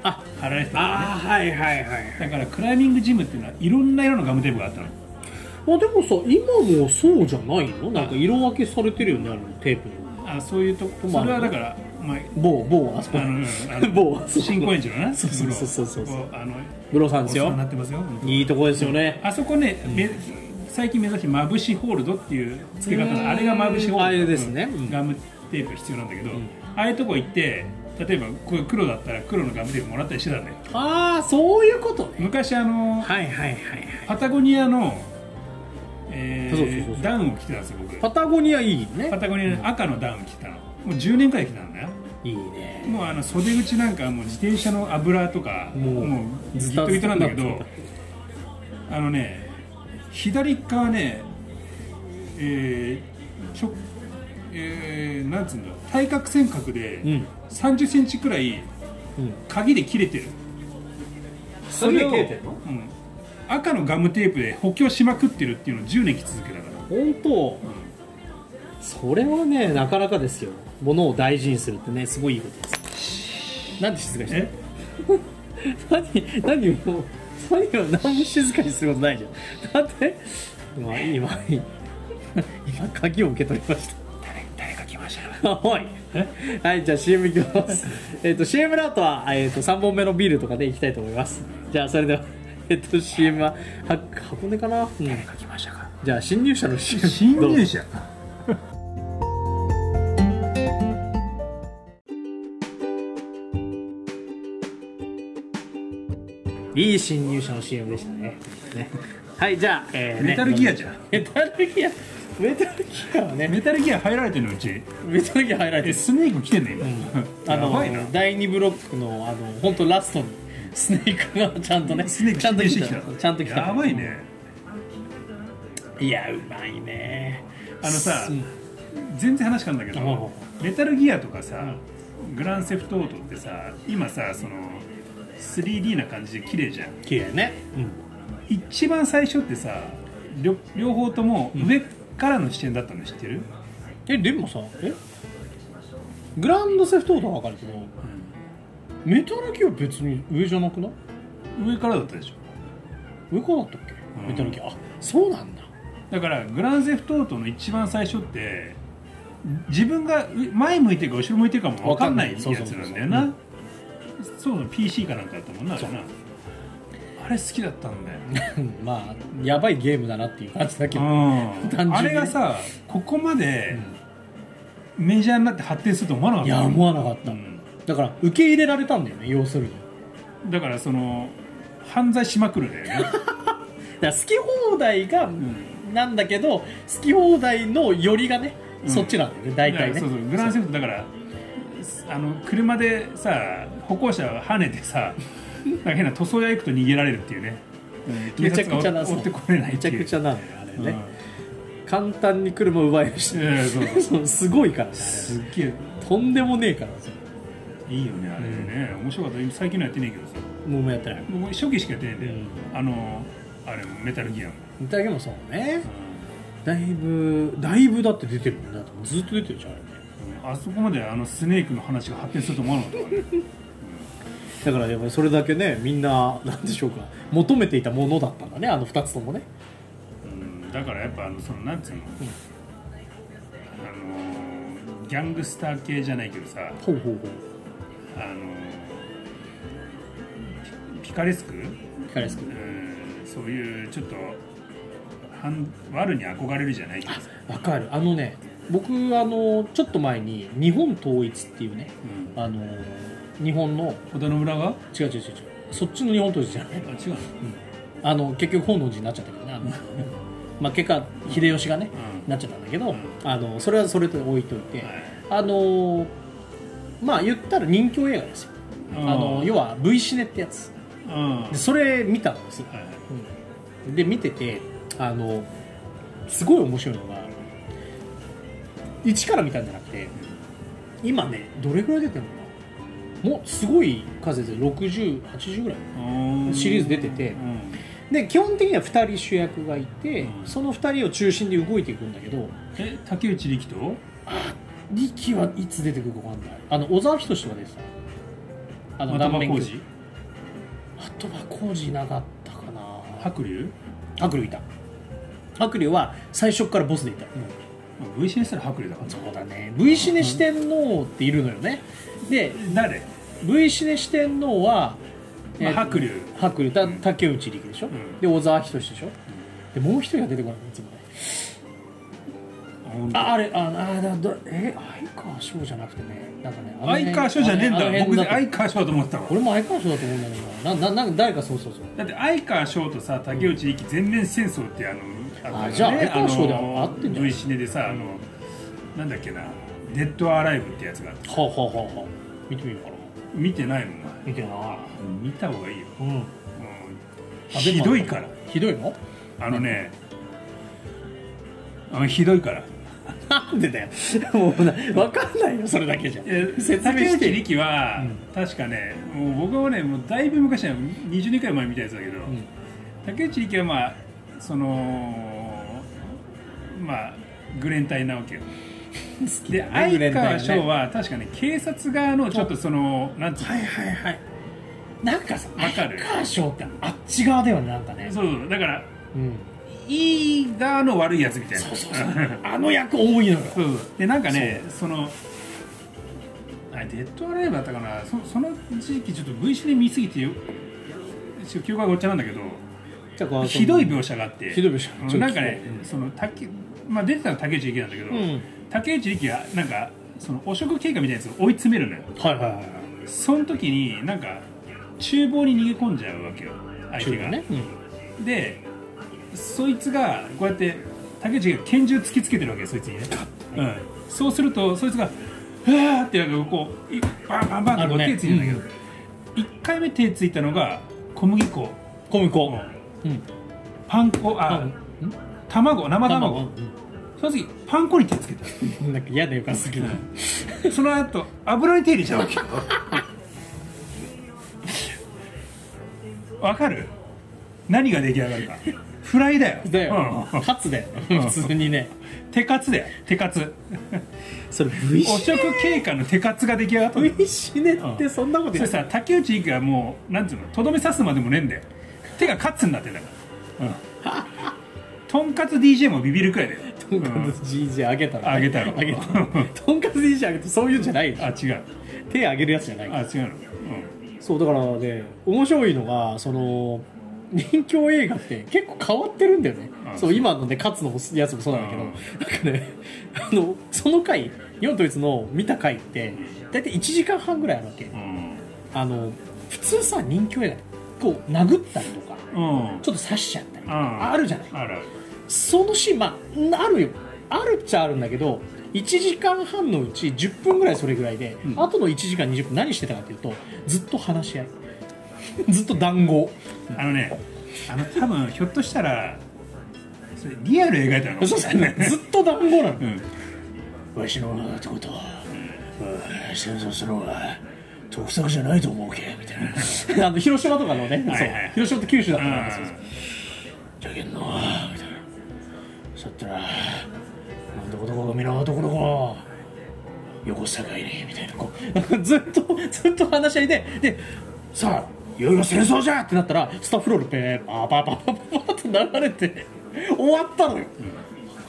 A: あ
B: 貼られてたのね
A: あーはいはいはい
B: だからクライミングジムっていうのはいろんな色のガムテープがあったの
A: あでもさ今もそうじゃないのなんか色分けされてるよねあのテープの
B: あそういうとこそれはだからお前
A: 某某あそこ
B: あのうんあ
A: 某
B: の新高円寺のな
A: そうそうそうそうそう
B: こあの
A: ブロさん
B: お
A: です
B: 世話にな
A: よ
B: ってますよ本当
A: いいとこですよね
B: あそこね、め最近目指してまぶしホールドっていう付け方
A: うーん
B: のあれがまぶしホール
A: あ
B: ド
A: れですね
B: う
A: う
B: ん
A: ん
B: ガムテープが必要なんだけど、ああいうとこ行って例えばこれ黒だったら黒のガムテープもらったりしてたんだよ
A: ああそういうことね
B: 昔あの
A: はいはいはいはい
B: パタゴニアの、えー
A: そうそうそうそう
B: ダウンを着てたんですよ僕
A: パタゴニアいいね
B: パタゴニアの赤のダウン着てたのもう10年くらい着てたんだよ
A: いいね
B: もうあの袖口なんかもう自転車の油とか
A: も
B: も
A: う
B: う
A: ズ
B: ギ
A: タ
B: ト
A: ズ
B: ギ
A: タ
B: トなんだけ
A: になっ
B: ど
A: て
B: あのね左側ねえー、ちょえー、なんつうんだ対角線角で
A: うん
B: 3 0ンチくらい
A: うん
B: 鍵で切れてる、
A: それを本
B: うん赤のガムテープで補強しまくってるっていうのを10年き続けたから
A: 当それはねなかなかですよ物を大事にするってねすごいいいことですなんで静かにして
B: え
A: る 何何を何を何も静かにすることないじゃんだって今今今鍵を受け取りました
B: 誰か来ました
A: あおいはいじゃあ CM いきますえっ、と CM の後は、えー、と3本目のビールとかでいきたいと思いますじゃあそれではえっ、と CM はは箱根かな、うん、
B: 誰か来ましたか
A: じゃあ新入社の CM
B: 侵
A: どうぞ
B: 入者
A: いい新入社の CM でしたね。ねはい、じゃあ、えーね
B: メタルギアじゃん。
A: メタルギア、メタルギアはね、
B: メタルギア入られてるのうち
A: メタルギアハイライト
B: え
A: です。
B: スネーク来てんの今、
A: あ
B: やばいな
A: の、第2ブロックの、あの、本当ラストに、スネークがちゃんとね、
B: スネーク
A: ちゃんと来
B: 侵入して
A: た。
B: きた
A: ちゃんと来た。
B: やばい。ね
A: いや、うまいね。
B: あのさ
A: うん
B: 全然話変わるんだけど
A: う
B: メタルギアとかさ、グランセフトオートってさ今さその 3D な感じで綺麗じゃん
A: 綺麗ね。うん。
B: 一番最初ってさ両両方とも上からの視点だったの知ってる、
A: え、でもさ、えグランドセフトオートはわかるけど、メタルギア別に上じゃなくない
B: 上からだったでしょ
A: 上からだったっけ、
B: うん
A: メタルギア。あ、そうなんだ。
B: だからグランセフトオートの一番最初って自分がう前向いてるか後ろ向いてるかも分かんないや
A: わ
B: つ
A: かんないそうそうそう
B: なんだよなそうだ PC かなんかだったもんなあれなあれ好きだったんだよ
A: うん まあやばいゲームだなっていう感じだけど、単純
B: うん
A: に
B: あれがさここまでメジャーになって発展すると思わなかっ
A: い
B: た
A: や思わなかった、
B: うん
A: だから受け入れられたんだよね要するに
B: だからその犯罪しまくるだよね、
A: だから好き放題が、
B: ん
A: なんだけど好き放題の寄りがね、
B: うん
A: そっちなんだよね 大体ね
B: そうそうグランセフトだからあの車でさ歩行者跳ねて さなんか変な塗装屋行くと逃げられるっていうね、うん
A: めちゃくちゃな
B: 追ってこれない
A: め
B: っ
A: ち
B: て
A: ゃ
B: いう
A: くちゃなのよあれ
B: うん
A: ね、簡単に車奪えるし、
B: ええそうそう
A: そうすごいからねあ
B: すっげえ
A: れとんでもねえからそれ
B: いいよねあれね、面白かった今最近のやってねえけどさ
A: もうもうやってない
B: もう初期しかやってないんだよ、あのあれメタルギアも、
A: いただけもそうねだいぶだいぶだって出てるもんねだってずっと出てるじゃんあれね
B: うんあそこまであのスネークの話が発展すると思わなかったからね
A: だからやっぱりそれだけねみんななんでしょうか求めていたものだったんだねあの2つともね
B: うんだからやっぱあのそのなんつうの、あのギャングスター系じゃないけどさ
A: ほうほうほ
B: あのピピカレスク、
A: うピカレスク
B: うん、そういうちょっと反悪に憧れるじゃないけどさ、
A: わかるあのね僕あのちょっと前に日本統一っていうね
B: うん、
A: あの日本の
B: 小田の村があ
A: 違う違う違う違うそっちの日本統一じゃない
B: 違うの、
A: あの結局本能寺になっちゃったけどねあのまあ結果秀吉がね、
B: うん
A: なっちゃったんだけど、
B: うん
A: あのそれはそれと置いといて、
B: はい
A: あのまあ言ったら人気映画ですよあの要は V シネってやつ
B: うん
A: でそれ見たんです
B: はいはい
A: で見ててあのすごい面白いのが一から見たんじゃなくて今ねどれぐらい出てるのかなもうすごい数で6080ぐらい
B: うん
A: シリーズ出てて
B: うん
A: で基本的には2人主役がいて、
B: うん
A: その2人を中心に動いていくんだけど
B: え竹内力と
A: 力はいつ出てくるか分かんないあの小沢仁志とか出てたあの
B: 的場
A: 面
B: 浩二
A: 的場浩二なかったかな
B: 白龍
A: 白龍いた白龍は最初からボスでいた、
B: まあ V シネしたら白龍だから
A: そうだね V シネ四天王っているのよねで
B: 誰、
A: V シネ四天王は、
B: まあ、
A: えーと
B: 白龍
A: 白龍た竹内力でしょ、
B: ん
A: で小沢仁志でしょ、でもう一人が出てこないいつもねああれああだどえ相川翔じゃなくてねなんかねあの辺
B: 相川翔じゃねえん
A: あの
B: だ
A: 辺
B: 僕
A: だ
B: ね
A: と
B: 相川翔だと思ってたわ
A: 俺も相川翔だと思うんだけどなななんか誰かそうそうそう
B: だって相川翔とさ竹内力全面戦争ってあのったよ
A: あじゃあ相川翔で合ってんじゃん
B: V シネでさあのなんだっけな「デッド・アライブ」ってやつがあって
A: はあはあはあはあ見てみようかな
B: 見てないもんな
A: 見てな
B: 見た方がいいよ、
A: うん
B: うん
A: あ
B: ひどいから
A: ひどい の
B: あのねあのひどいから
A: なんでだよ もうな分かんないよそれだけじゃ
B: え
A: 説明
B: 竹
A: し
B: 内
A: て
B: 力は、確かねもう僕もねもうだいぶ昔だよ22回前みたいなやつだけど、
A: ん
B: 竹内力はまあそのまあグレン隊なわけよ
C: 好き
B: で
C: だねグレンタイ
B: 相
C: ン
B: 川
C: ね
B: 翔は確かね警察側のちょっとそのなんつうの
A: はいはいはいなんかさ
B: わかる
A: 相川翔ってあっち側だよねなんかね
B: そうそうだから
A: うん
B: いい側の悪いやつみたいな
A: そうそうそうあの役多いのよ
B: そうそうでなんかねそのあデッドアライブだったかなそその時期ちょっと V シネ見すぎてよちょ記憶がごっちゃなんだけどひどい描写があって
A: ひどい描写
B: うんなんかね、その竹、まあ、出てたのは竹内力なんだけど、
A: うん
B: 竹内力がなんかその汚職経過みたいなやつを追い詰めるのよ
A: はいはいはい
B: その時になんか厨房に逃げ込んじゃうわけよ相手が、
A: ね、
B: でそいつがこうやって竹内が拳銃突きつけてるわけよそいつにね、うん、そうするとそいつが「うわー!」ってなんかこういバンバンバンってこう
A: あるね
B: 手ついてるんだけど、一1回目手ついたのが小麦粉
A: 小麦粉うん
B: パン粉あ、
A: うん
B: 卵生卵
A: 卵
B: その次パン粉に手つけた
A: うんなんか嫌な予感するけど
B: その後油に手入れちゃうわけよわかる何が出来上がるかフライだよ
A: だよ
B: うん
A: カツだよ
B: うん
A: 普通にね
B: 手カツだよ手カツ
A: それ V
B: 汚
A: シ
B: 職経過の手カツが出来上がったの
A: ネ V シネってそんなこと
B: そ
A: や
B: れ
A: る
B: さ竹内力がもうなんつうのとどめ刺すまでもねえんだよ手がカツになってんだからうんとんかつ DJ もビビるくらいだよ
A: とんかつ GG あげたら
B: あげたろ
A: あげたらとんかつ GG あげてそういうんじゃないよ
B: あ違う
A: 手あげるやつじゃない
B: あ違うの、
A: そうだからね面白いのがその人気映画って結構変わってるんだよね、
B: うん
A: そう今のね勝のやつもそうなんだけど、
B: う
A: な
B: ん
A: んかね あのその回4統一の見た回って大体1時間半ぐらいあるわけ
B: うん
A: あの普通さ人気映画ってこう殴ったりとか
B: うんうん
A: ちょっと刺しちゃったりとか、
B: うん
A: あるじゃない
B: ある
A: そのシーンまああるよあるっちゃあるんだけど1時間半のうち10分ぐらいそれぐらいで、
B: うん
A: あとの1時間20分何してたかっていうとずっと話し合い ずっと談合
B: あのねあの多分ひょっとしたらそれリアル描いたのかも
A: そう
B: し
A: そ
B: れ
A: う
B: ない
A: ずっと談合なの
B: うん
A: わしの女ってことはうん戦争するのは得策じゃないと思うけみたいな あの広島とかのね、
B: はいはい
A: そう広島と九州だったからそうそう
B: う
A: じゃけんのみたいなそったらなんどこどこがみなどこどこ横須賀いねみたいなこう ずっとずっと話し合いででさあいよいよ戦争じゃってなったらスタッフロールペーパーパーパーパーパーって流れて終わったのよ、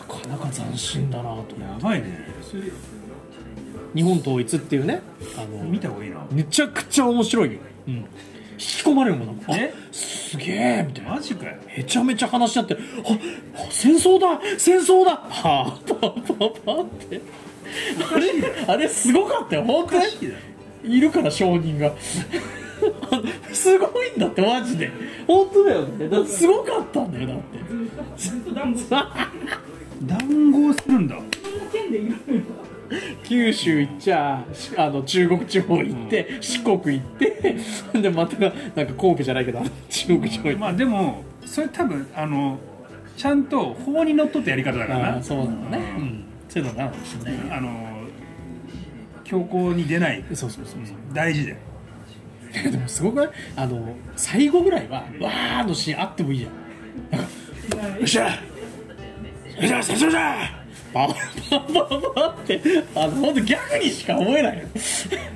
A: なかなか斬新だなと思って
B: んやばいねそれ
A: 日本統一っていうねあの
B: 見た方がいいな
A: めちゃくちゃ面白いよ、うん、引き込まれるもんなんか
B: え
A: あすげえみたいな
B: マジかよ
A: めちゃめちゃ話し合ってああ戦争だ戦争だパーパーパーパーってあれあれすごかったよ本当
B: マ
A: に
B: ジだよ
A: いるから証人が すごいんだってマジで本当だよねだってすごかったんだよだって
B: 談合するんだ
A: 九州行っちゃしあの中国地方行って、四国行ってでまたなんか神戸じゃないけどあの中国地方行って、
B: まあでもそれ多分あのちゃんと法にのっとったやり方だから
A: あ
B: な
A: あそうなのね、
B: う
A: うんん、そういうのなのかもしれないね
B: あの強行に出ない、
A: そうそうそううそ
B: ん大事だよ
A: うでもすごくないあの最後ぐらいは「わー」のシーンあってもいいじゃん
B: よっしゃよっしゃ戦争だ
A: バンバンバンバンってあの本当ギャグにしか思えないよ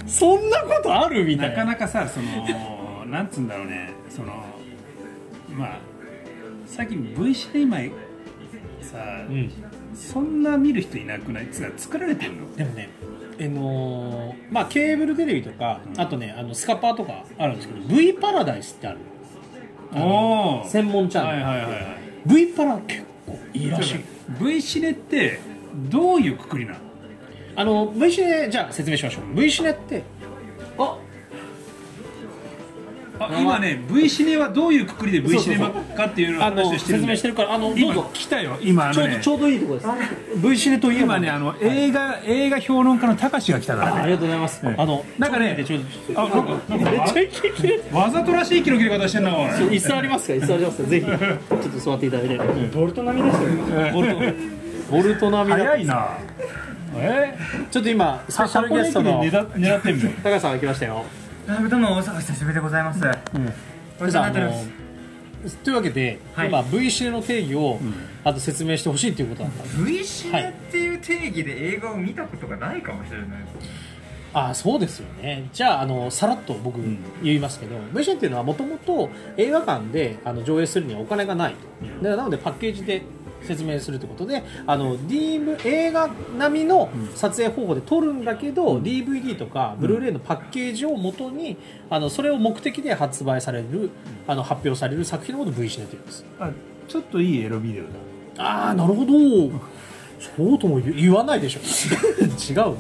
A: そんなことあるみたい
B: な
A: な
B: かなかさそのなんつうんだろうねそのまあ最近 V シネ今さ、
A: うん、
B: そんな見る人いなくないつうか作られてるの
A: でもねあのーまあケーブルテレビとかあとねあのスカパーとかあるんですけど V パラダイスってある
B: おお
A: 専門チャンネル、
B: はいはいはいはい
A: V パラ結構いいらし
B: そう
A: い
B: か V シネってどういうくくりなの
A: あの V シネじゃあ説明しましょう V シネってあ
B: あ今ね V シネはどういうくくりで V シネマかっていうのを
A: あ
B: 話
A: の
B: をして
A: 説
B: るんだ
A: 明
B: よ
A: してるからあのどう
B: 今
A: ぞ
B: 来たよ今あ
A: ちょ
B: の
A: うど
B: ね
A: ちょうどいいところです V シネといえば
B: 今ねあの映画映画評論家の高志が来たか
A: あ
B: ら
A: あ
B: ね
A: りがとうございます、
B: ええ
A: あの
B: なんかね
A: ちょっと待ってちょっ
B: あなんかなん
A: とめっ
B: か
A: ちゃイケイケ
B: わざとらしい記録切り方してんなおい
A: 椅子ありますか椅子ありますかぜひちょっと座っていただいてボルト並みですよボルトボルト並みだ
B: 早いなえ
A: ちょっと今スペシャルゲストの
B: 狙狙ってんの
A: 高橋さんが来ましたよ
D: ライブどうも大阪久しぶりでございます。
A: 高橋さんあのというわけで、
D: はい
A: 今 V シネの定義を、あと説明してほしいということだった
D: V シネっていう定義で映画を見たことがないかもしれないです
A: ああそうですよねじゃああのさらっと僕
B: ん
A: 言いますけど、V シネっていうのはもともと映画館であの上映するにはお金がないとでなのでパッケージで説明するということであの DV 映画並みの撮影方法で撮るんだけど、DVD とかブルーレイのパッケージを元にあのそれを目的で発売されるあの発表される作品のことを V シネと言います
B: あちょっといいエロビデオだ
A: ああなるほどそうとも言う言わないでしょ 違う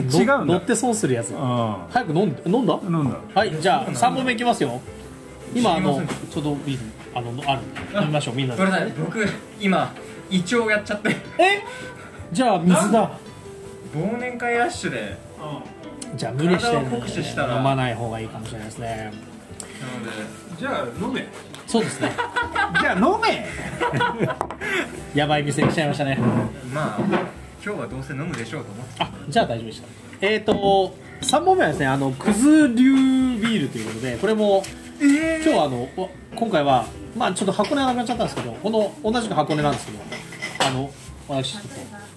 B: 違うんだ
A: 乗って損するやつ
B: あ
A: 早く飲んで飲んだ
B: あなんだ
A: はいじゃあ3本目いきますよ今あの
D: 知りま
A: ちょうどビールあのある飲みましょうみんな
D: ご
A: で
D: めんなさい僕今胃腸やっちゃって
A: えじゃあ水だ
D: 忘年会ラッシュで
A: じゃあ無理して、
D: 体を酷使したら
A: 飲まない方がいいかもしれないですね
D: なので
B: じゃあ飲め
A: そうですね
B: じゃあ飲め
A: やばい店にしちゃいましたね
D: まあ今日はどうせ飲むでしょうと思って
A: あじゃあ大丈夫でしたえっ、ー、と3本目はですねあのクズ流ビールということでこれも
D: え
A: 今日はあのお今回はまあちょっと箱根がなくなっちゃったんですけどこの同じく箱根なんですけどあの私ちょっと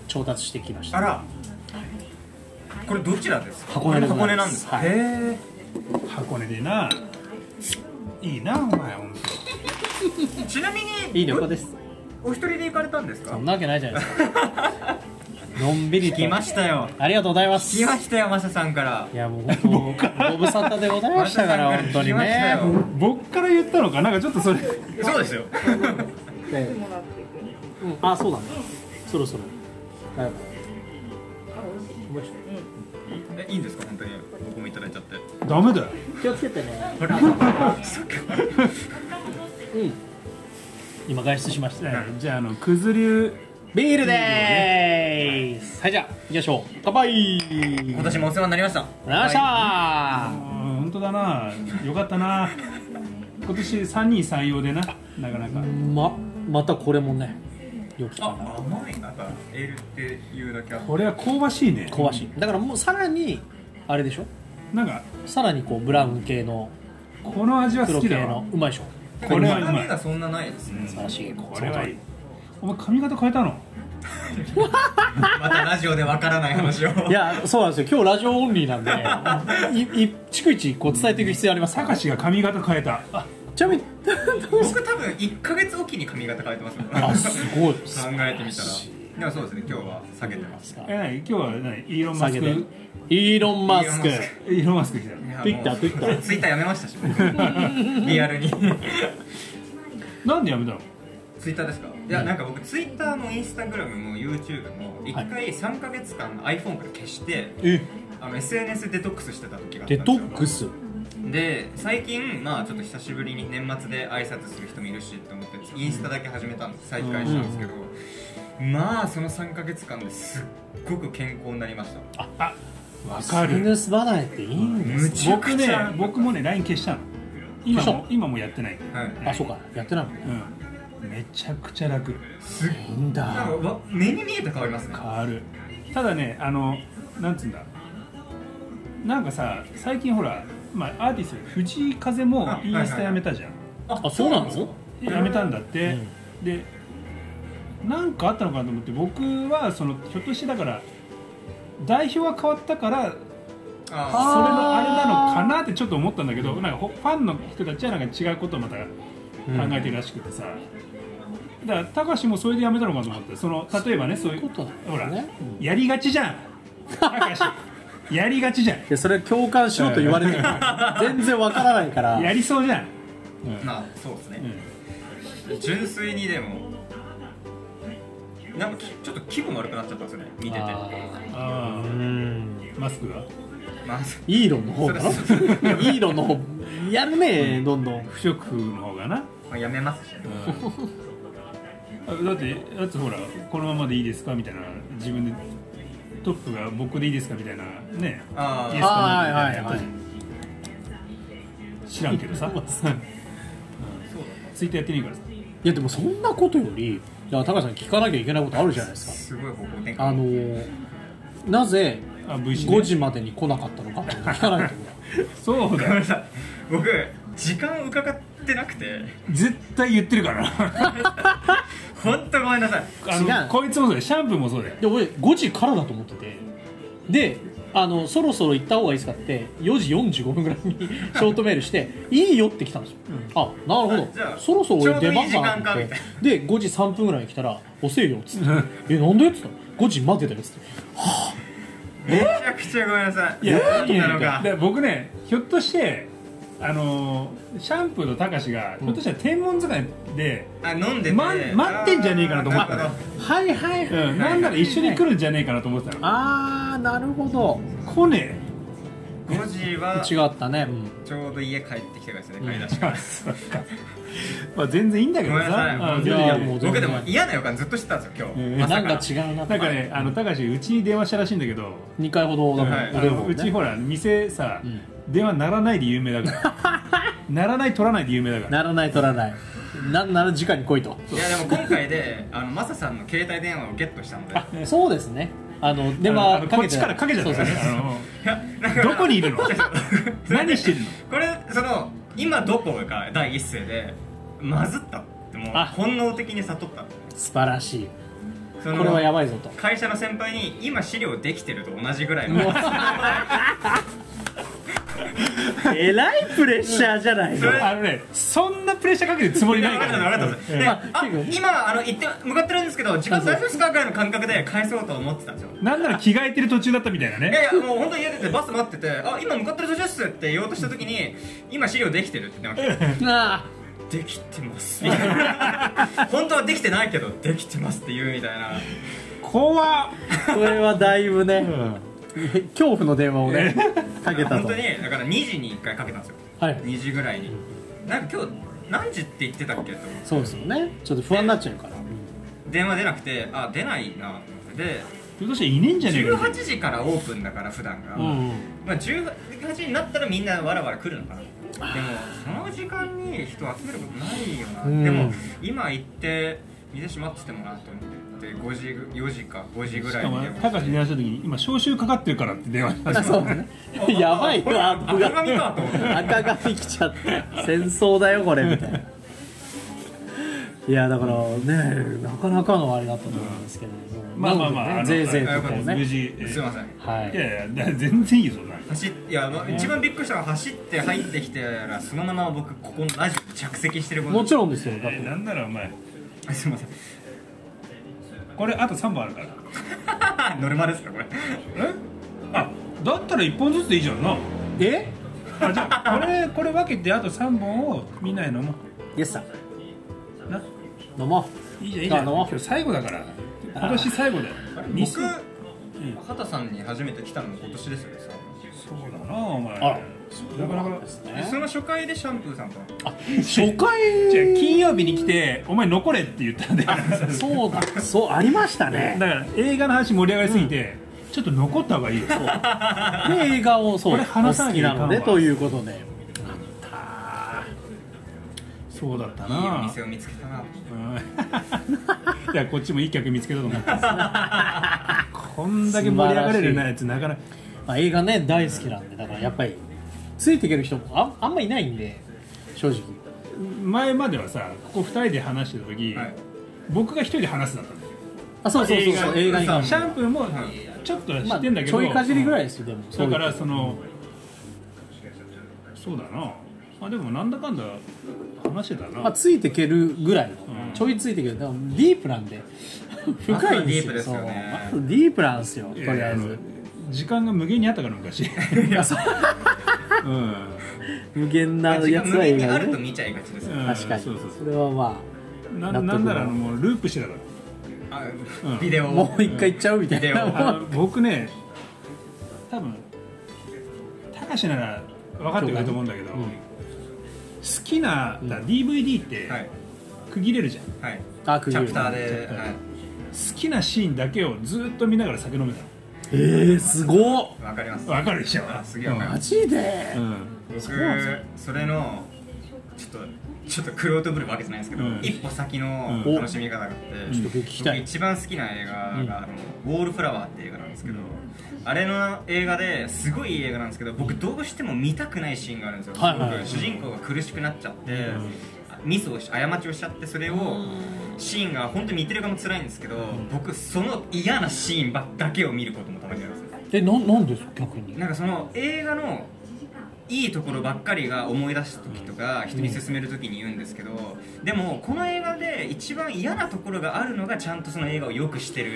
A: 調達してきました
D: あらこれどちらですか
A: 箱根でございます
D: 箱根なんで
A: はい
D: すかへえ
B: 箱根でないいなお前本
D: ちなみに
A: いい旅行です
D: おお一人で行かれたんです
A: そ
D: か
A: んなわけないじゃないです かのんびりと
D: 来ましたよ
A: ありがとうございます
D: 来ましたよマサさんから
A: いやもう本当ご無沙汰でございましたから
D: マサさん
A: 本当に
D: 来ました
A: ね
D: よ
B: 当僕から言ったのかなんかちょっとそれ
D: そうですよ
A: うんあそうだねそろそろはいもう一度
D: えいいんですか本当に僕もいただいちゃって
B: ダメだよ
A: 気をつけてね
D: あれそっか
A: うん今外出しました
B: じゃああのくず流
A: ビールでーすはいじゃあ行きましょう乾杯
D: 今年もお世話になりました
A: お願いし
B: あ
A: ま
B: ー本当だなよかったな今年三人採用でななかなか
A: すままたこれもね良きかな
D: あ甘いなんかエールっていうだけあって
B: これは香ばしいね
A: 香ばしいだからもうさらにあれでしょ
B: なんか
A: さらにこうブラウン系の
B: この味は好
A: 黒
B: き
A: 系
B: だわ
A: のうまいでしょ
B: これはうまい
D: 苦味がそんなないですね
A: 素晴らしい
B: これはいいお前髪型変えたの
D: またラジオでわからない話を
A: いやそうなんですよ今日ラジオオンリーなんでいい逐一こう伝えていく必要あります
B: たかしが髪型変えたあ
A: ちなみに
D: 僕多分1ヶ月おきに髪型変えてますよ
A: あすごい
D: 考えてみたらでもそうですね今日は下げてます
B: え何今日は何イーロンマ
A: 下
B: ス
A: げ
B: ク
A: てイーロン・マスク
D: イーロンマス
B: イーロンマスク来たの
D: いやもう
A: ツイッターツイッター
D: ツイッターやめましたし僕 リアルに
B: なんでやめたの
D: ツイッターですかいやなんか僕ツイッターもインスタグラムも YouTube も1回3ヶ月間 iPhone から消して
A: え
D: あの SNS デトックスしてた時があったん
A: デ
D: です
A: ト
D: よ
A: ックス
D: で最近まあちょっと久しぶりに年末で挨拶する人もいるしと思ってインスタだけ始めたんです再開したんですけど、まあその3ヶ月間ですっごく健康になりました
B: わかる
A: 犬すばないっていいんで
D: むちゃ
B: 僕
D: く
B: ね
D: ちゃ
B: 僕もね LINE 消したの今
A: 消し
B: も今もやってない
D: はい
A: あそうかやってないもんね
B: うんめちゃくちゃ楽
D: すっ
A: いいん
D: な
A: だ
D: んかわ目に見えて変わりますね
B: 変わるただねあのなんつうんだなんかさ最近ほら、まあ、アーティスト藤井風もインスタやめたじゃん、
A: あそうなの
B: やめたんだって、でなんかあったのかなと思って僕はそのひょっとしてだから代表は変わったからそれ
D: あ
B: のあれなのかなってちょっと思ったんだけどなんかほファンの人たちはなんか違うことをまた考えてるらしくてさ、だからたかしもそれでやめたのかと思ってその例えばねそういう
A: ことなんですね
B: ほら、
A: う
B: やりがちじゃんたかしやりがちじゃん
A: いやそれ共感しろと言われてる全然わからないから
B: やりそうじゃん、
D: ーまあそうですね
B: う、ん
D: 純粋にでもなんかきちょっと気分悪くなっちゃったんですよね見てて
A: あー
B: あ
A: う
B: ー
A: ん
B: マスクが
D: まあ
A: イーロンの方かなイ
D: それ
A: ーロンの方やるねどんどん
B: 不織布の方がな
D: まあやめますしね
B: あだってだってほらこのままでいいですかみたいな自分でトップが僕でいいですかみたいなね
D: あ
B: イエ
D: ー
B: スか
A: あ
B: ノーみた
A: はいは
B: いなやっ
A: いは
B: た
A: い
B: じゃん知らんけどさツイッターやってねえからさ
A: いやでもそんなことよりいや高橋さん聞かなきゃいけないことあるじゃないです
D: すごい方向転
A: かあ
D: 換
A: のーなぜ
B: あ V シ
A: 5時までに来なかったのかって聞かないと
B: そう
D: ごめん
B: だ
D: なさい僕時間伺っってなくて
B: 絶対言ってるからな
D: 本当ごめんなさい
B: あ
A: 違
B: の
A: う
B: こいつもそうだよシャンプーもそうだよ
A: で俺5時からだと思っててであのそろそろ行った方がいいですかって4時45分ぐらいに ショートメールして「いいよ」って来たんですよ、あなるほ
D: あじゃ
A: ど
D: あ
A: そろそろ俺出番かなと
D: ちょうどい
A: 思
D: い
A: っ
D: 時間か
A: てで5時3分ぐらいに来たら「遅えよ」っつって「えなんで?」っつったら「5時待ってたよ」っつって
D: めちゃくちゃごめんなさい
B: いや
D: だっ
B: い
D: た
B: や
D: のが
B: で僕ねひょっとしてあのーシャンプーのたかしが、ひょっとしたら天文図鑑で、
D: あ飲んでて、
B: ま待ってんじゃねえかなと思ったの
D: あ
A: はいはい
B: うん
A: はい、
B: なんなら一緒に来るんじゃねえかなと思ってたの
A: あーなるほど
B: 来ね
D: 5時は
A: 違ったね、うん
D: ちょうど家帰ってきてからですね買い出しから
B: えまあ全然いいんだけど
D: ごめんなさい
B: さ
D: も
B: う
D: う
A: い
D: ん
B: 全
A: や
B: 然いい
A: もう全然
D: 僕でも嫌な予感ずっとしてたんですよ
B: う
D: 今日
B: ん
D: まさ
A: な
D: か
A: んか違うな
B: なんかねあのたかしうちに電話したらしいんだけど
A: 2回ほどだもん、
D: はい
A: お
B: あ
A: 電話
B: のうち
A: ね
B: ほら店さ、
A: う
B: 電話ならないで有名だから ならない取らないで有名だから
A: ならない取らないなんなら直に来いと
D: いやでも今回であのマサさんの携帯電話をゲットしたのでい
A: そうですね。あの、で
B: あ
A: は
B: の
A: か
B: こ
A: け
B: ってちからかけちゃった
A: そう
B: から
A: そうそ
B: ね
A: う
D: やなん
B: あ
D: か
B: のどこにいるの何してるの
D: これその今どこが第一声でまずったってもう
A: あ
D: 本能的に悟ったの
A: 素晴らしい。
D: その
A: これはやばいぞと。
D: 会社の先輩に今資料できてると同じぐらいの
A: えらいプレッシャーじゃない
D: それ
B: あのねそんなプレッシャーかけるつもりな いから、
D: 分かった分かった分かったで
A: うん
D: あ今あの行って向かってるんですけど時間大丈夫ですかぐらいの感覚で返そうと思ってたんですよ
B: なんなら着替えてる途中だったみたいない
D: やい
B: ね
D: やもう本当に家出てバス待ってて「あ今向かってる途中っす」って言おうとした時に「今資料できてる」って言ってまし
A: あ
D: たできてます」みたいな 本当はできてないけど「できてます」って言うみたいな
B: 怖っ、
A: あ、これはだいぶ
B: う
A: ね、
B: ん、
A: 恐怖の電話を ね、かけた
D: 本
A: と
D: 当。にだから2時に1回かけたんですよ
A: はい。
D: 2時ぐらいになんか今日何時って言ってたっけと思って
A: そうですよね。ちょっと不安になっちゃうから。
D: 電話出なくてあ出ないなと思ってで
B: ひょっとしていねえんじゃねえか
D: 18時からオープンだから普段が、
A: うん。
D: まあ、18時になったらみんなわらわら来るのかなでもその時間に人集めることないよな、
A: うん
D: でも今行って店閉まっててもなと思って5時4時か5時ぐ
B: し
D: らい
B: か
D: に
B: も
D: 電話
B: たかしに電話した時に今招集かかってるからって電話した
A: あそうだね。 やばい
D: これ
A: よ、アップ
D: 赤髪か
A: が。
D: と思って
A: 赤髪来ちゃって、戦争だよ、これ、みたいな。いやだからね、なかなかのあれだったと思うんですけど、
B: まあまあまああの
A: ぜいぜいとこう
B: 無
A: ね、
B: 事、えー
D: すいません
A: はい
B: い、やいやだ全然いいよそんな
D: 走っいや、まあ一番びっくりしたのは走って入ってきてらそのまま僕ここのラジオに着席してること
A: もちろんですよ、だっ
B: え
A: て
B: ー、なんならお前
D: んすいません
B: これあと3本あるから
D: ノルマですかこれ
B: えあだったら1本ずつでいいじゃんな
A: え
B: あじゃあこれこれ分けてあと3本を見ないのも
A: イエスさん
B: うな
A: 飲も
B: いいじゃんいいじゃ
A: あ
B: ん
A: の
B: 今日最後だから今年最後だよ
D: 僕
B: そう
D: 畑さんに初めて来たのも今年ですよね
B: だなお前
A: あら
B: なかなか
A: う、
D: でその初回でシャンプーさんと
A: 初回
B: じゃあ金曜日に来てお前残れって言ったんだよ
A: そうだそうありました
B: だ
A: ね
B: から映画の話盛り上がりすぎて、ちょっと残った方がいいよ
A: で映画をそう
B: これ話さ
A: お
B: な
A: 好
B: き
A: き
B: ゃ
A: ない
B: かんわ
A: のでということで
B: そうだった
D: いいお
B: な
D: 店を見つけたな
B: うん いやこっちもいい客見つけたと思ってますこんだけ盛り上がれるようなやつなかなか
A: まあ、映画ね大好きなんでだからやっぱりついていける人もああんまいないんで正直
B: 前まではさここ2人で話してた時、
D: はい
B: 僕が1人で話すだったんだよ
A: あそうそうそうそう映画
D: 映画
A: に関し
B: シャンプーも
D: い
B: ちょっとは
A: て
B: 知
A: ま
B: っ
A: あ
B: てんだけ
A: ち
B: ど、
A: ょいかじりぐらいですよでも
B: だから
A: そう
B: そのそうだなあでもなんだかんだ話してたな、
A: いうまあ、ついていけるぐらいの、
B: うん
A: ちょいついていけるだからディープなんで深いんですよ
D: あとディープですよね
A: そうあとディープなんですよと
B: い
A: り
B: やい
A: あ
B: や
A: え
B: あ
A: ず
B: の時間が無限にあったから昔
A: あそう
B: うん
A: 無限な
D: あ時
A: や
D: 間
A: つ
D: 無
A: は
D: 限
A: 映
D: にあ
A: 画
D: ると
A: ね
D: 見ちゃいがちですよ、
B: うん
A: 確かに
B: そ
A: そう
B: そうそう
A: れはま
B: な
A: 納得
B: なんならあのもうループしてたから
D: あ
B: うん
D: ビデ
A: あ
D: オ
A: もう一回行っちゃうみたい
D: ビデオ
A: な
B: あの 僕ね多分たかしなら分かってくれると思うんだけど、
A: うん
B: 好きな、だ DVD って
D: はい
B: 区切れるじゃん、
D: はい
A: あく
D: チ
A: ぎ
D: ャ
A: る
D: プターで
B: チャプター
D: は
B: 好きなシーンだけをずっと見ながら酒飲めた
A: えー、すごっ
D: いわかります
B: の分かるでしょ
D: あすげえわかり
A: マ
D: ます
A: ジで
B: うん
D: 僕
A: そうなんです
D: それのちょっとちょっとクロートぶるわけじゃないですけど、
B: うん
D: 一歩先の
B: うん
D: 楽しみ方があって、
A: ちょっと聞きた
D: 僕
A: い
D: 一番好きな映画が「あのウォールフラワー」って映画なんですけど、あれの映画ですごいいい映画なんですけど僕どうしても見たくないシーンがあるんですよ、
A: はいはいはい
D: 僕主人公が苦しくなっちゃって、ミスをし過ちをしちゃってそれをシーンが本当に見てる側も辛いんですけど、僕その嫌なシーンばっだけを見ることもたまにあるんですよ
A: えななんですか逆に
D: なんかその映画のいいところばっかりが思い出す時とか人に勧める時に言うんですけどでもこの映画で一番嫌なところがあるのがちゃんとその映画を良くしてる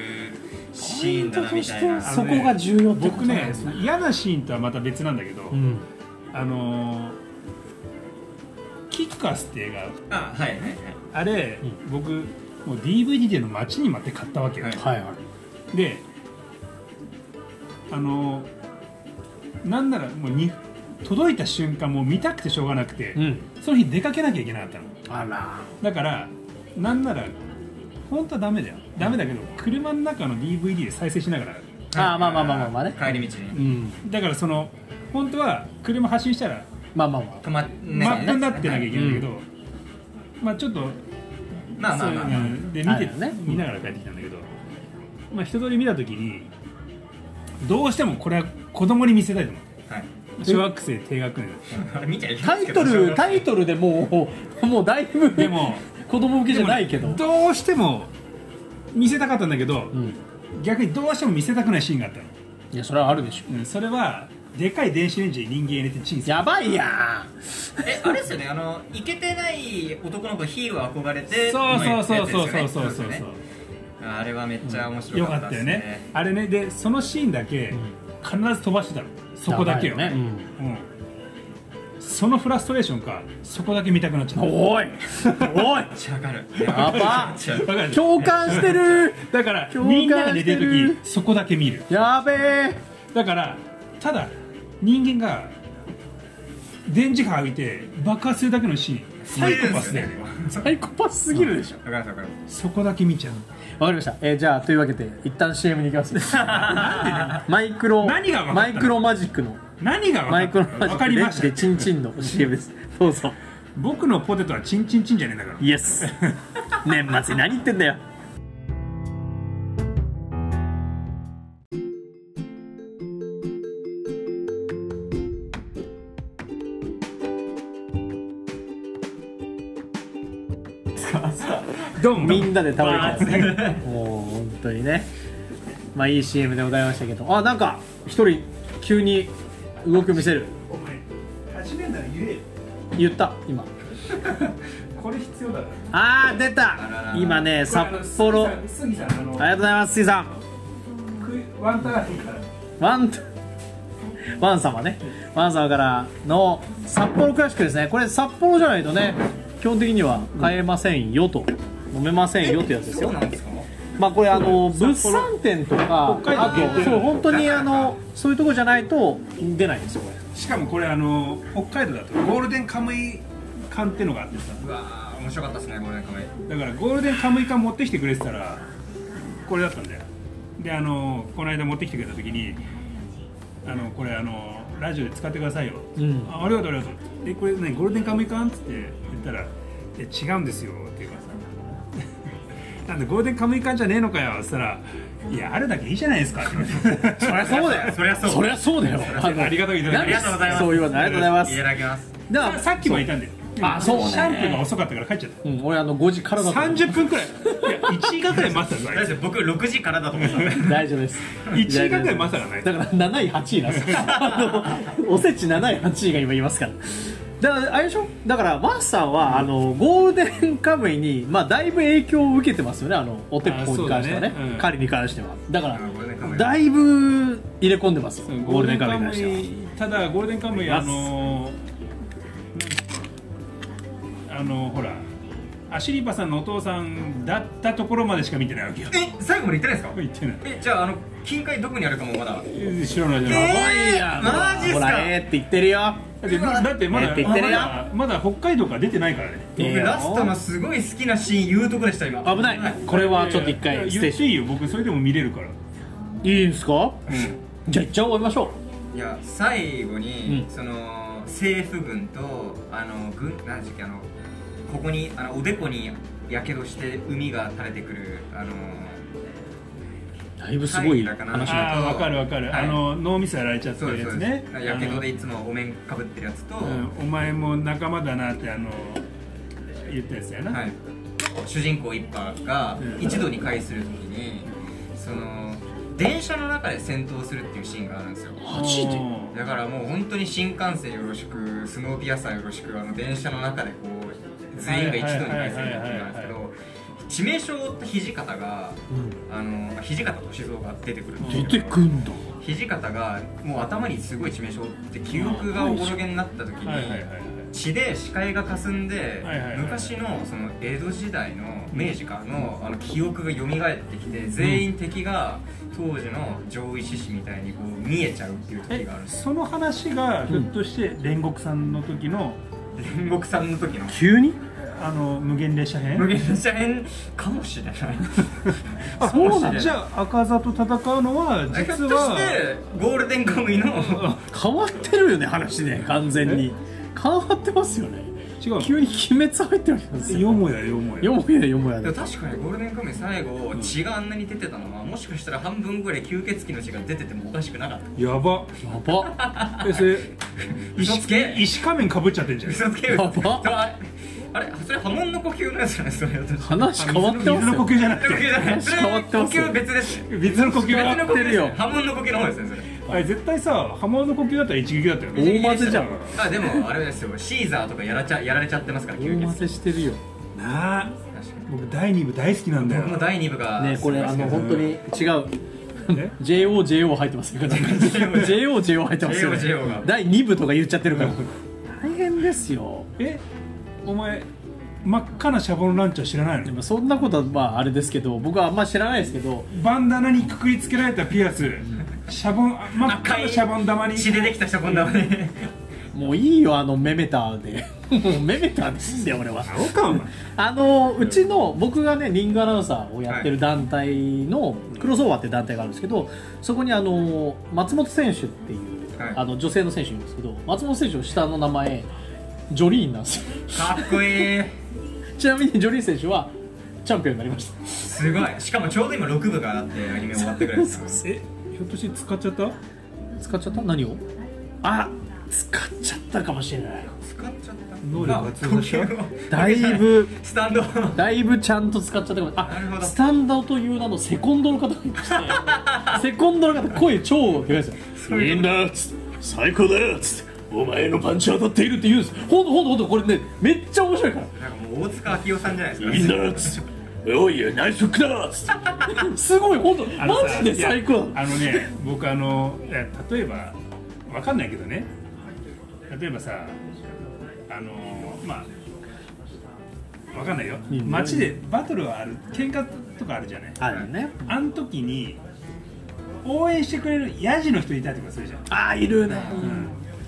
D: シーンだなみたいな
B: あ
D: は
B: のね
A: そこが重要ってこと
B: 僕ねその嫌なシーンとはまた別なんだけど、
A: うん
B: あのーキッカスって映画
D: あはいはいはい
B: あれ、僕もう DVD での待ちに待って買ったわけよ、
D: はい
A: はいはい
B: であのなんならもうに届いた瞬間もう見たくてしょうがなくて、
A: うん
B: その日出かけなきゃいけなかったの
A: あら
B: だからなんなら本当はダメだよダメだけど車の中の DVD で再生しながら
A: あーまあまあまあまあまあね
D: 帰り道に
A: うん
B: だからその本当は車発進したら
A: まあまあまあ
D: 止まっ
B: マップになってなきゃいけないんだけど、
A: う
B: まあちょっと
D: まあまあ
B: そう
D: まあ、
B: うんで見て、
A: あるね
B: 見ながら帰ってきたんだけど、まあ、一通り見た時にどうしてもこれは子供に見せたいと思って
D: はい、
B: 小学生低学年だった
D: あれ見ちゃいけな
A: タ
D: いです
A: イ
D: けど
A: トルタイトルでもう もうだいぶ
B: でも
A: 子供向けじゃないけど、
B: どうしても見せたかったんだけど、
A: うん
B: 逆にどうしても見せたくないシーンがあったの、
A: いやそれはあるでしょ
B: うんそれはでかい電子レンジに人間入れてチンする
A: やばいや
D: えあれですよねあのイケてない男の子ヒーロー憧れて
B: そうそうそうそう
D: の
B: そ
D: や
B: うそう
D: つですよね
B: そう
D: ですよねあれはめっちゃ面
B: よ
D: 白か
B: か
D: っ
B: ったた
D: で
B: よ
D: す
B: ね
D: ね
B: あれねでそのシーンだけ必ず飛ばしてたのそこだけよ
A: やばいよね
B: うんそのフラストレーションかそこだけ見たくなっち
A: ー
B: ゃった
A: おいおい
D: めっちゃわかる
A: やば
D: めっちゃわかる
B: わかる
A: 共感してる
B: だから
A: 共感してる
B: みんなが寝てる時そこだけ見る
A: やべえ
B: だからただ人間が電磁波浴びて爆発するだけのシーンサイコパスだよね
D: わか
A: サイコパスすぎるでしょ
D: りますわかりま
B: そこだけ見ちゃう
A: わかりました、えーじゃあというわけで一旦 CM に行きますマイクロ
B: 何が分かったの
A: マイクロマジックの
B: 何が
A: マイ
B: 分
A: ク
B: か
A: ロマジ
B: ったわ
A: ッ
B: か
A: ク
B: り
A: で
B: まし
A: で
B: た
A: チンチンの CM ですどうぞ
B: 僕のポテトはチンチンチンじゃねえんだから
A: イエ ス年末に何言ってんだよ
B: ドン
A: みんなで倒れ
B: バ
A: てますもう本当にねまあいい CM でございましたけどあなんか一人急に動きを見せる
B: お前始めんなら言えよ
A: 言った今
B: これ必要だから
A: あー出た
D: らら
A: 今ね札幌あり
B: 杉さんあの
A: がとうございます水さん
B: ワンターンから
A: ワンワン様ねワン様からの札幌クラシックですねこれ札幌じゃないとね基本的には買えませんよと、飲めませんよってやつです
D: すそう
A: よ
D: なんですか
A: まあこれあの物産展とか
B: 北海道限
A: あと
B: 定
A: そう本当にあのそういうとこじゃないと出ないんですよこれ
B: しかもこれあの北海道だとゴールデンカムイ缶ってのがあってさ
D: うわー面白かったですねゴールデンカムイ
B: だからゴールデンカムイ缶持ってきてくれてたらこれだったんだよであのこの間持ってきてくれた時にあのこれあのラジオで使ってくださいよ、
A: うん
B: あありがとうありがとうでこれねゴールデンカムイ缶っつって言ったら「いや違うんですよ」って言うからさ なんでゴールデンカムイ缶じゃねえのかよっつったら「いやあるだけいいじゃないですか」って言われて
A: そりゃそう だよ
D: そりゃそう
A: そりゃそうだよあの
B: ありがとういただ
A: な
B: き
A: ん
B: ま
A: です
D: ありがとうございます
A: そう言わないありがとうござい
D: い
A: ま
D: ただきます
A: すだから
B: さっきもいたんだよ
A: あそうね
B: シャンプーが遅かったから帰っちゃった
A: うん、俺あの5時からだと思う
B: 30分くらいいや1時間くらい待ってた
D: 大
B: んで
D: 丈夫ですす僕6時からだと思ってたん で
A: 大丈夫です
B: 1時間くらい待ったからね
A: だから7位8位なんですよあのおせち7位8位が今いますからだからあれでしょだからマスさんは、あのゴールデンカムイに、まあ、だいぶ影響を受けてますよねあのお手っぽに関してはね
B: あそうだねうん
A: 狩りに関してはだから
D: あゴールデンカムイ
A: だいぶ入れ込んでますよゴールデンカムイに関しては
B: ただゴールデンカムイあのーあのほらアシリパさんのお父さんだったところまでしか見てないわけよ
D: え最後まで行ってないですか
B: 言ってない
D: えじゃああの近海どこにあるかもまだ
B: 知らないじ
A: お
B: ゃん
D: えー
A: いや
D: マジっすか
A: ほらええって言ってるよ
B: だってまだってま
A: え
B: だ
A: ーって言ってるよ
B: まだまだ北海道から出てないからね
A: いい
D: 僕
A: よ
D: ラストのすごい好きなシーン言うとこでした今
A: 危ないこれはちょっと一
B: いやい
A: 回
B: や
A: ステー
B: 言って
A: ジ
B: いいよ僕それでも見れるから
A: いいんすか
B: う
A: じゃあ一応終わりましょ
D: いや最後に、
A: うん
D: その政府軍とあの軍何時っけあのここにあのおでこにやけどして海が垂れてくるあの
A: だいぶすごい
D: はいだから
A: 話だ
B: ああ分かる分かる、
D: はい
B: あの脳みそやられちゃって
D: そう
B: る
D: です
B: やつ
D: そう
B: ね
D: ですやけどでいつもお面かぶってるやつと、
B: あのうんお前も仲間だなってあの言ったやつやな、
D: はい、主人公一派が
B: うん
D: 一度に会するときにその電車の中で戦闘するっていうシーンがあるんですよ
A: マジで
B: うん
D: だからもう本当に新幹線よろしくスノーピアサーよろしくあの電車の中でこう全員が一度に会するっていうのがあるんですけど致命傷を負った土方があの土方歳三が出てくるんです
A: 出
D: けど
A: てくんだ
D: 土方がもう頭にすごい致命傷を負って記憶がおぼろげになった時に、
B: はいはいはいはい
D: 血で視界が霞んで、
B: はいはいはい
D: 昔のその江戸時代の明治からの,、あの記憶が蘇ってきて全員敵が当時の上位志士みたいにこう見えちゃうっていう時
B: え
D: があるんです
B: その話がひょっとして煉獄さんの時の
D: 煉獄さんの時の
A: 急に
B: あの無限列車編
D: 無限列車編かもしれない
B: あそうなんだ
D: じ
B: じ
D: ゃ
B: ゃあ赤座と戦うのは
D: あひょっ
B: 実
D: と
B: は
D: してゴールデンカムイの
A: 変わってるよね話ね完全に変わってますよね
B: 違う
A: 急に鬼滅入ってるわけです
B: よ
A: よ
B: もやよもや
A: よもやよもやで
D: でも確かにゴールデンカムイ最後血があんなに出てたのはもしかしたら半分ぐらい吸血鬼の血が出ててもおかしくなかった
B: やば
A: やば
B: えそれ
D: 嘘つけ
B: 石石仮面かぶっちゃってんじゃん
D: 嘘つける
A: やば
D: あれそれ波紋の呼吸のやつじゃないそれ私
A: 話変わって
B: 水
A: ます
B: の呼
A: よ
B: 吸じゃなく
D: 呼吸
B: て
D: じゃないそれ
A: 話変わって
D: 呼
A: ますよ
D: 吸は別ですね
B: 水の呼吸
D: 別
B: は
D: の呼吸です
A: るよ
D: ね波紋の呼吸の方ですねそれ
B: あれ絶対さ波紋の呼吸だったら一撃だったよね
A: 大混ぜじゃん
D: あでもあれですよシーザーとかやらちゃやられちゃってますから吸
A: 大
D: 血
A: 混
D: 確か
A: ぜしてるよ
B: なあ
D: に
B: 僕第2部大好きなんだよ
D: 僕も第2部が
A: ねこれあの本当に違う
B: え
A: JOJO 入ってますよ JOJO 入ってますよ
D: JOJO が
A: 第2部とか言っちゃってるから大変ですよ
B: えお前真っ赤なシャボンランチャー知らない
A: で
B: の
A: もそんなことはまああれですけど僕はあんま知らないですけど
B: バンダナにくくりつけられたピアスシャボンあ真っ赤なシャボン玉に
D: 血でできた人こんなね
A: もういいよあのメメタで もうメメタですんだよ俺は
B: そうかお前
A: あのうちの僕がねリングアナウンサーをやってる団体のクロスオーバーって団体があるんですけどそこにあの松本選手っていう、
D: はい
A: あの女性の選手いるんですけど松本選手の下の名前ジョリーンなんですよ
D: かっこいい
A: ちなみにジョリーン選手はチャンピオンになりました
D: すごいしかもちょうど今6部があってアニメ終わ ってくらいですから
B: えひょっとして使っちゃった
A: 使っちゃった何をあ使っちゃったかもしれ ない
D: 使っちゃった
B: 能力が通過した
D: まあ呼吸を
A: だいぶ
D: スタンド
A: だいぶちゃんと使っちゃったかも
D: なるほ
A: あ
D: ど
A: スタンダーという名のセコンドの方がいましてセコンドの方声超でかいですよ「いいんだ」っつって「最高だよ」っつって「お前のパンチ当たっている」って言うんですほんとほんとほんとこれねめっちゃ面白いから
D: なんかもう大塚明夫さんじゃないです
A: 「
D: か
A: いいんだ」っつって「おいナイスフックだ」っつってすごいほんと
B: あ
A: マ
B: のさ
A: ジで最高だ
B: いやあのね僕あのいや例えばわかんないけどね例えばさあのまあわかんないよ
A: いいね
B: 街でバトルはある喧嘩とかあるじゃない
A: あるね
B: あん時に応援してくれるヤジの人いたりとかするじゃん
A: あいるね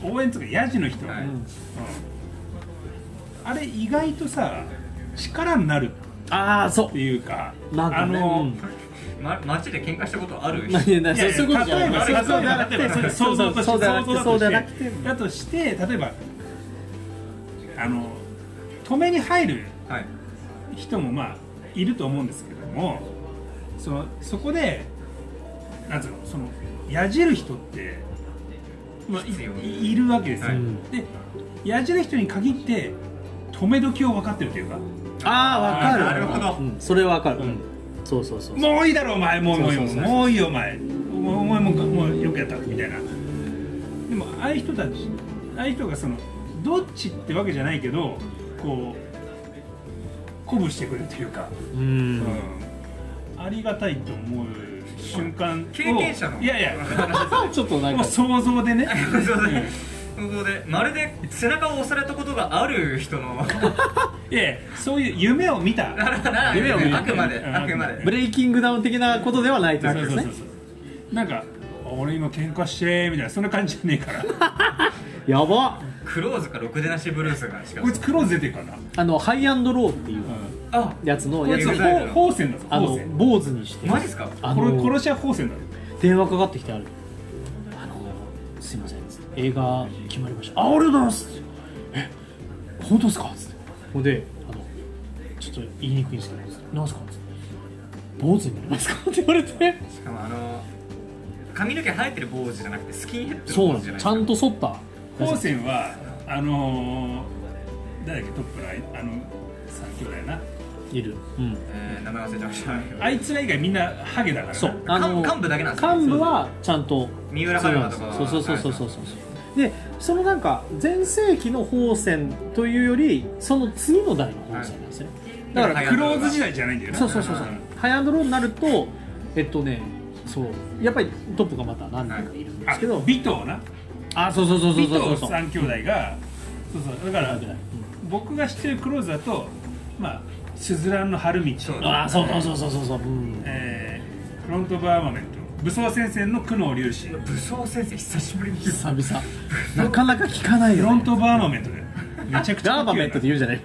B: 応援とかヤジの人、
D: はい
B: うんあれ意外とさ力になる
A: ああそ
B: っていうか
A: うなんかね
B: あの、
A: うん
D: ま、街で喧嘩したことある
A: まあいやないそう
B: や
A: そういうことじゃない
B: 例えば
D: そういうこ
B: そう
D: と
B: じ
D: じ
B: ゃな
D: ゃ
B: く
D: なく
B: て
D: て
B: それ想像として
A: そうじゃなくて
B: 想像だ
A: そう
B: と
A: じゃ
B: し
A: なく
B: てだとして例えばあの止めに入る
D: はい
B: 人もまあいると思うんですけどもそのそこでなんつうのそのやじる人って、まあ、
D: 必要
B: いいるわけですよ、
D: はい
B: でやじる人に限って止め時を分かってるというか
A: ああわかる
D: なるほど
A: うんそれわかるうんそうそうそう
B: もういいだろお前もうもう
A: そうそうそう
B: もういいよお前もうお前もうもうよくやったみたいなでもああいう人たちああいう人がそのどっちってわけじゃないけどこう鼓舞してくれるというか、
A: うん
B: うん、ありがたいと思う瞬間を
D: 経験者の
B: いやいや
A: ちょっとなん
B: も
A: か
B: う想像で ね
D: そうだねここでまるで背中を押されたことがある人の
B: いやいやそういう夢を見た
A: 夢を見る
D: あくまで
B: うん
D: あくまで
A: ブレイキングダウン的なことではないということですね
B: そうなんかあ俺今喧嘩してみたいなそんな感じじゃねえから
A: やば
D: クローズかろくでなしブルースがしか
B: こいつクローズ出てるからな、
A: あのハイアンドローっていう
B: う
D: あ
A: やつの
B: ん、こ
A: や
B: い
A: つ
B: つ
A: を
D: これ
B: ほう放線だぞ
A: あ
B: 放
A: の
B: 線
A: 坊主にして
D: マジっすか
A: あ
B: これ
A: の
B: 殺しは放線だろ
A: 電話かかってきてあるあのすいません映画決まりましたあありがとうございますえ本当ですかつってほんであのちょっと言いにくいんですけど「なんすか?」坊主になりますか?」って言われて
D: しかもあの髪の毛生えてる坊主じゃなくてスキンヘッド
A: そう
D: の
A: な
D: 坊
A: ん
D: 主じゃ
A: で
D: ないですす
A: ちゃんと剃った
B: 高専はあのー、誰だっけトップのああの三兄弟な。
A: いる、うん、
D: えー名前忘れちゃいました
B: あいつら以外みんなハゲだからな。
A: そうあの
D: 幹幹部だけなんですね
A: 幹部はちゃんと
D: 三浦春馬とかは
A: そうそうそうそうそうそうでそのなんか全盛期の宝泉というよりその次の代の宝泉なんですね、
B: だからクローズ時代じゃないんだよな。
A: そうそうそうそうハイアンドローになるとえっとねそうやっぱりトップがまた何人かいるんで
B: あ
A: すけど、
B: 尾藤な。
A: あそうそうそうそう
B: 尾
A: そうそう
B: 藤三兄弟が。そうそうだから僕が知ってるクローズだとまあスズランの春道
D: そう
B: と
D: だ
B: か、
A: あそうそうそうそうそうそう、うん、
B: えー、フロントオブアーマメント武装戦線の久能粒子フ
D: 武装先生久しぶりに聞いた
A: 久々なかなか聞かないよ、ね、
B: ロントオブアーマメン トでめちゃくちゃ
A: ガーバメントって言うじゃない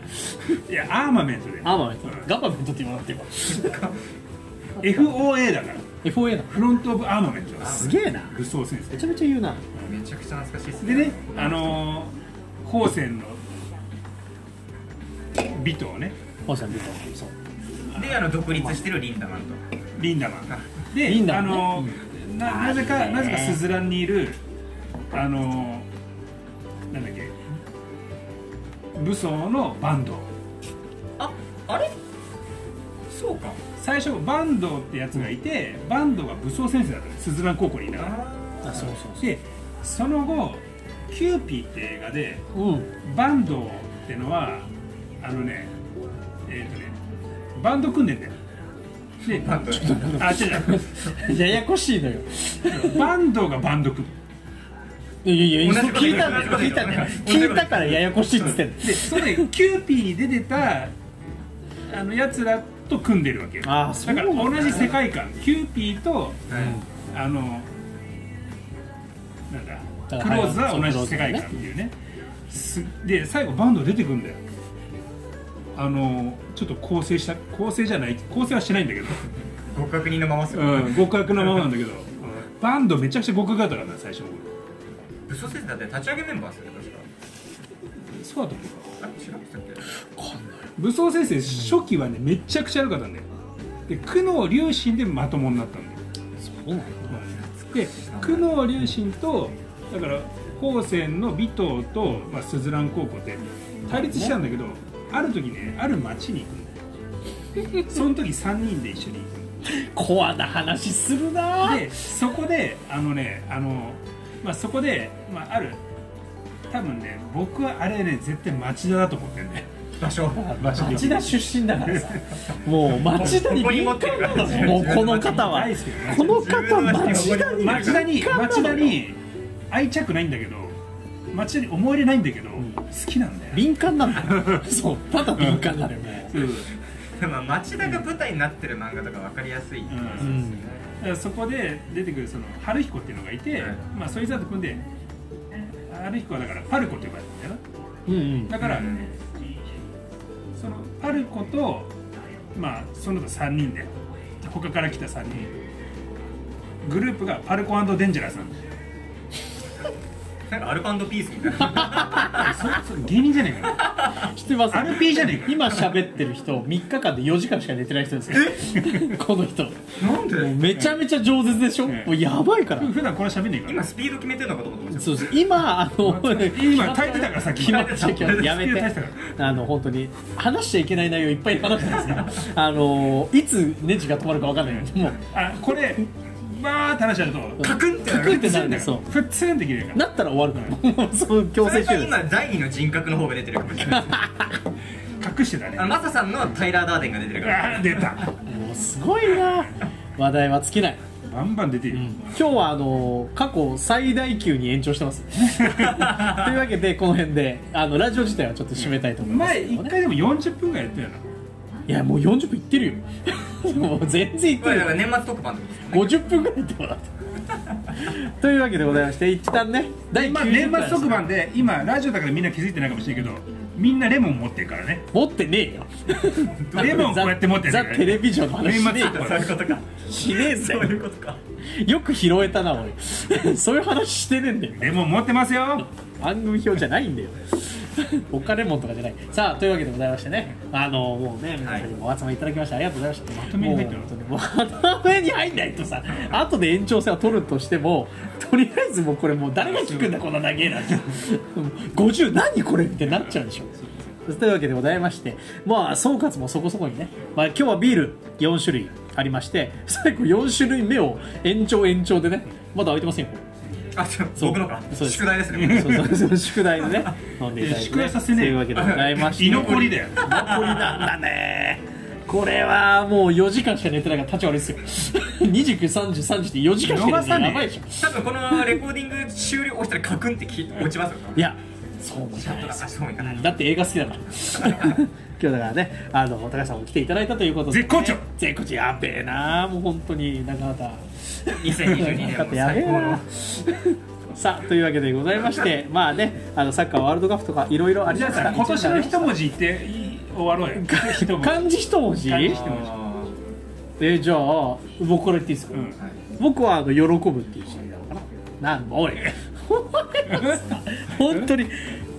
B: いやアーマメントで
A: アーバメントガーバメントって言わなくていいわ
B: FOA だから
A: FOA な
B: フロント・オブ・アーマメントです
A: すげえな
B: 武装戦
A: め
B: 線
A: ちゃめちゃ言うな
D: めちゃくちゃ懐かしいです
B: でねあのー、高専の尾藤ね
A: 宝泉ビトそう
D: であの独立してるリンダマンと
B: リンダマンで
A: リンダ
B: あ
A: マンね
B: のーななぜ
A: あー
B: か
A: いいね
B: なぜかスズランにいるあのー、なんだっけ武装のバンド
D: ああれそうか
B: 最初バンドってやつがいて、バンドが武装先生だったのスズラン高校にいながら
A: あそうそう
B: でその後キューピーって映画で
A: そううん
B: バンドってのはあのねえっ、とねバンド組んでんだよで
D: バンド
B: あ違う
A: ややこしいのよ
B: 違うバンドがバンド組む
A: いやいやいや
D: 同じこと
A: 聞いた
D: 同じこと
A: 聞いた
D: 同じこと
A: 聞いたからややこしいっつってんの
B: でそれでキューピーに出てたあのやつらと組んでるわけよ
A: あーそう
B: だから同じ世界観キューピーと
D: はい
B: あのなんだ
A: だ
B: ク
A: から
B: ローズは同
A: そう
B: じ世界観っていうねすで最後バンド出てくんだよあのちょっと構成した構成じゃない構成はしてないんだけど、
D: 極悪人のままっすよ
B: うん、極悪なままなんだけどバンドめちゃくちゃ極悪だったからな最初の頃
D: 武装先生だって立ち上げメンバーですよね確か
B: そうだと思う
D: あれ違ったっけ
B: 武装先生初期はねめちゃくちゃ悪かったんだよで久能龍心でまともになったんだよ
A: そうなの
B: で久能龍心とだから高専の尾藤と、まあ、スズラン高校で対立したんだけどある時ねある町に行くん だよその時3人で一緒に
A: コアな話するな
B: 行くでそこであのねあの、まあ、そこで、まあ、ある多分ね僕はあれね絶対町田だと思ってん だよ
D: 場所
A: 町田出身だからさもう町田に敏感なのよもうこの方は
B: 大好きだよね
A: この方町田に
B: 町田に
A: 敏感
B: 町
A: な
B: 田
A: のよ
B: に愛着ないんだけど町田に思い入れないんだけど、好きなんだよ
A: 敏感なのよそうただ敏感なのよも
B: そう
D: まあ町田が舞台になってる漫画とか分かりやすいっていう
A: ううん
B: だからそこで出てくるその春彦っていうのがいて、
D: はい
B: まあそいつらと組んで春彦はだからパルコって呼ばれてるんだよ
A: うんうん
B: なだから、
D: うん
B: そのパルコとまあその他3人で他から来た3人グループがパルコデンジャラスなんだよ
D: なんかアルコピースみたいな
B: それ芸人じゃねえかな
A: 知ってます
B: RP じゃねえか
A: 今喋ってる人3日間で4時間しか寝てない人ですよ この人も
D: なん
A: うめちゃめちゃ饒舌でしょ
B: ええ
A: もうやばい から
B: 普段これ喋んねえから
D: 今スピード決めてるのかと思ってました
A: そうです今あの
B: 今耐えてたからさっき
A: 決まっちゃう けどやめ
B: 耐えて
A: て
B: たか
A: あの本当に話しちゃいけない内容いっぱい話してたんですけどあのいつネジが止まるかわかんないもう
B: あこれバーって話しちゃうと
D: カクンって
A: カクンってなるんだ
B: だ
A: よ
B: よ
A: そ
B: プッツンできるか
A: うなったら終わるから もうそう強
D: それ
A: 制終
D: が
A: 了
D: 今第二の人格の方が出てるかもしれないです
B: ら隠してたね
D: あのマサさんのタイラー・ダーデンが出てるから
B: あ出 た
A: もうすごいな話題は尽きない
B: バンバン出てる、
A: 今日はあの過去最大級に延長してますというわけでこの辺であのラジオ自体はちょっと締めたいと思いますけ
B: 前
A: ども
B: 一
A: ね
B: 回でも40分ぐらいやったよ
A: いやもう40分い ってるよもう全然いって
D: これ
A: る
D: だ
A: よ
D: から年末特番ってことですか
A: 50分ぐらいいってもら ったというわけでございまして一旦ね
B: な、
A: 第
B: まあ、
A: 90
B: 年
A: 回
B: 末特番で今ラジオだからみんな気づいてないかもしれないけどみんなレモン持ってるからね
A: 持ってねえよ
B: レモンこうやって持ってる
A: ザ・
B: か
A: ザ
B: ら
A: テレ
B: ね
A: ビジョンの話
B: 年
A: し
B: 末
A: ね
B: 特
D: そう
B: 番
D: いうことか
A: えしねえぜ
D: そういうことか
A: よく拾えたな 俺そういう話してねえんだよ
B: レモン持ってますよ
A: 番組表じゃないんだよお金もんとかじゃないさあというわけでございましてねあのもうね皆さんにもお集まりいただきましてありがとうございましたま
B: とめに入ってる
A: もうまとめに入んないとさ後で延長戦を取るとしてもとりあえずもうこれもう誰が聞くんだこんな長えなって50何これってなっちゃうでしょというわけでございましてまあ総括もそこそこにね、まあ、今日はビール4種類ありまして最後4種類目を延長延長でねまだ空いてませんよこれ
D: あ、ちょっと
A: そう
D: 僕のか
A: そうです
D: 宿題ですね
A: そうそうそう宿題でね飲んでいただいて、ね、
B: 宿題させねえ
A: というわけでございまして
B: 居残りだ
A: 居
B: よ
A: 残りなんだねこれはもう4時間しか寝てないから立ち悪いですよ2933時って4時間しか寝てないやばいでしょ
D: 多分このレコーディング終了したらカクンってき落ちますよ
A: いやそうもじゃない
D: あ
A: です
D: そうもいかない
A: だって映画好きだから今日だからねあの高橋さんも来ていただいたということで、ね、
B: 絶好調
A: 絶好調やべえなもう本当になかなか
D: 2022年
A: だっ
D: も
A: てやべ
D: 最
A: え
D: 高
A: な
D: の
A: さあというわけでございましてまあねあのサッカーワールドカップとかいろいろあり
B: じゃ
A: ま
B: あ
A: した
B: さ今年の一文字言って終わろ うよ一文字
A: 漢字一文字
B: 漢字一文
D: あ
A: えーじゃあ僕から言っていいですか、
B: うん
D: ーはい
A: 僕はあの喜ぶっていう字なのかななんおい本当に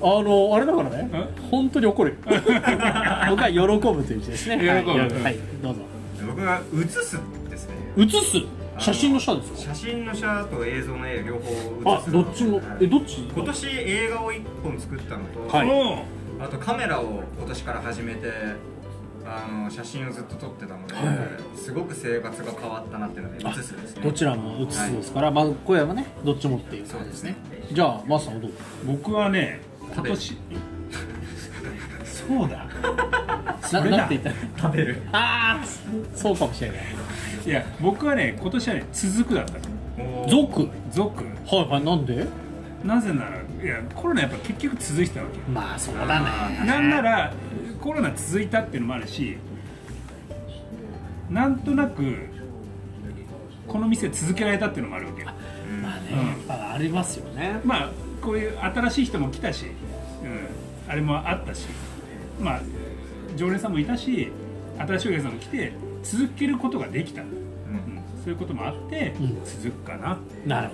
A: あのあれだからね本当に怒る僕は喜ぶという字ですねはい
B: 喜ぶうん
A: はい、どうぞ
D: 僕が写すですね
A: 写す写真の下ですか
D: 写真のシャと映像の絵両方
A: あ
D: 写す
A: どっちもえどっち
D: 今年映画を1本作ったのと、
A: はい
B: も
D: あとカメラを今年から始めてあの写真をずっと撮ってたので、すごく生活が変わったなっていうので写すですね
A: どちらも写すですから、まあ小山ねどっちもっていう
D: そ
A: 感
D: う
A: じ
D: で
A: ですす
D: ね
A: ねじゃあマスさんはどう
B: う僕はね今年そうだ
A: な
B: それだ
A: なんて言った
D: 食べる
A: ああそうかもしれない
B: いや僕はね今年はね続くだったの
D: おー
A: 族
B: 続
A: はいはいなんで
B: なぜならいやコロナやっぱ結局続いてたわけ
A: まあそうだね
B: なんならコロナ続いたっていうのもあるしなんとなくこの店続けられたっていうのもあるわけよ
A: まあね、
B: うん
A: やっぱありますよね
B: まあこういう新しい人も来たし、うん、あれもあったしまあ常連さんもいたし新しいお客さんも来て続けることができた、うん
D: うん
B: そういうこともあって、
A: うん
B: 続くかな、
A: なるほ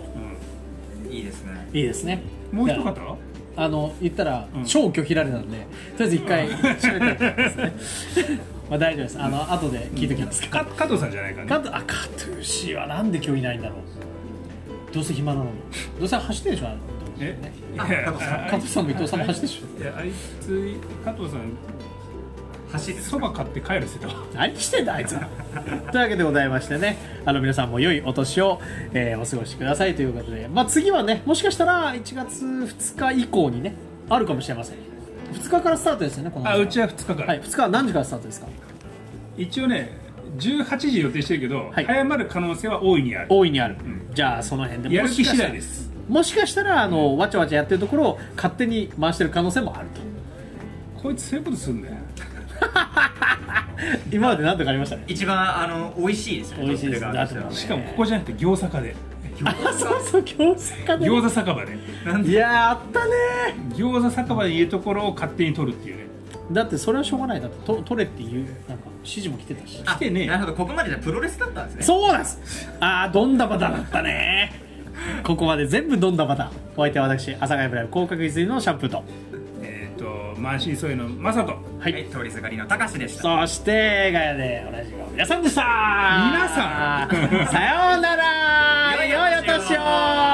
A: ど
B: う
D: いいですね
A: いいですね
B: ん、もう一
A: じゃ
B: 方は
A: ああの言ったら
B: うん
A: 超拒否られたんで、とりあえず一回喋ってみたいです ねまあ大丈夫ですあの、後で聞いときますか、
B: か加藤さんじゃないか
A: カ
B: ね
A: トあカトゥーシーはなんで今日いないんだろうどうせ暇なのにどうせ走ってるでしょあの
B: えい
D: あ加藤さん
B: あ
A: 加藤さんも伊藤さんも走ってるでし
B: いやあいつ加藤さん
D: 走る
B: そば買って帰るせた
A: 何してんだあいつらというわけでございましてねあの皆さんも良いお年を、えーお過ごしくださいということで、まあ、次はねもしかしたら1月2日以降にねあるかもしれません2日からスタートですよねこの
B: あうちは2日から、
A: はい2日は何時からスタートですか
B: 一応ね18時予定してるけど、
A: はい
B: 早まる可能性は大いにある
A: 大いにある、
B: ん
A: じゃあその辺で
B: やる気
A: もしかし
B: 次第
A: たら
B: です
A: もしかしたらあのわちゃわちゃやってるところを勝手に回してる可能性もあると
B: こいつそういうことすんだよ
A: 今まで何とかありましたね
D: 一番あの美味しいですね
A: 美味しいです
D: 撮ってる側としては
A: だと思
B: しかもここじゃなくて餃子かで
A: あそうそう餃子かね
B: 餃子酒場で
A: いやーあったね
B: 餃子酒場でいうところを勝手に取るっていうね
A: だってそれはしょうがないだってと取れっていうなんか指示も来てたし
D: あ
B: 来てねえ
D: なるほどここまでじゃプロレスだったんですね
A: そうなんですああどんだバタだったねここまで全部どんだバタお相手は私阿佐ヶ谷ブライブ広角一流のシャンプーと
B: えっ、と満身創痍のマサト
A: はい、
D: はい、通りすがりの高しでした
A: そしてガヤでおなじみの皆さんでした
B: 皆さん
A: さようなら
D: 良いお年を
A: 良いお年を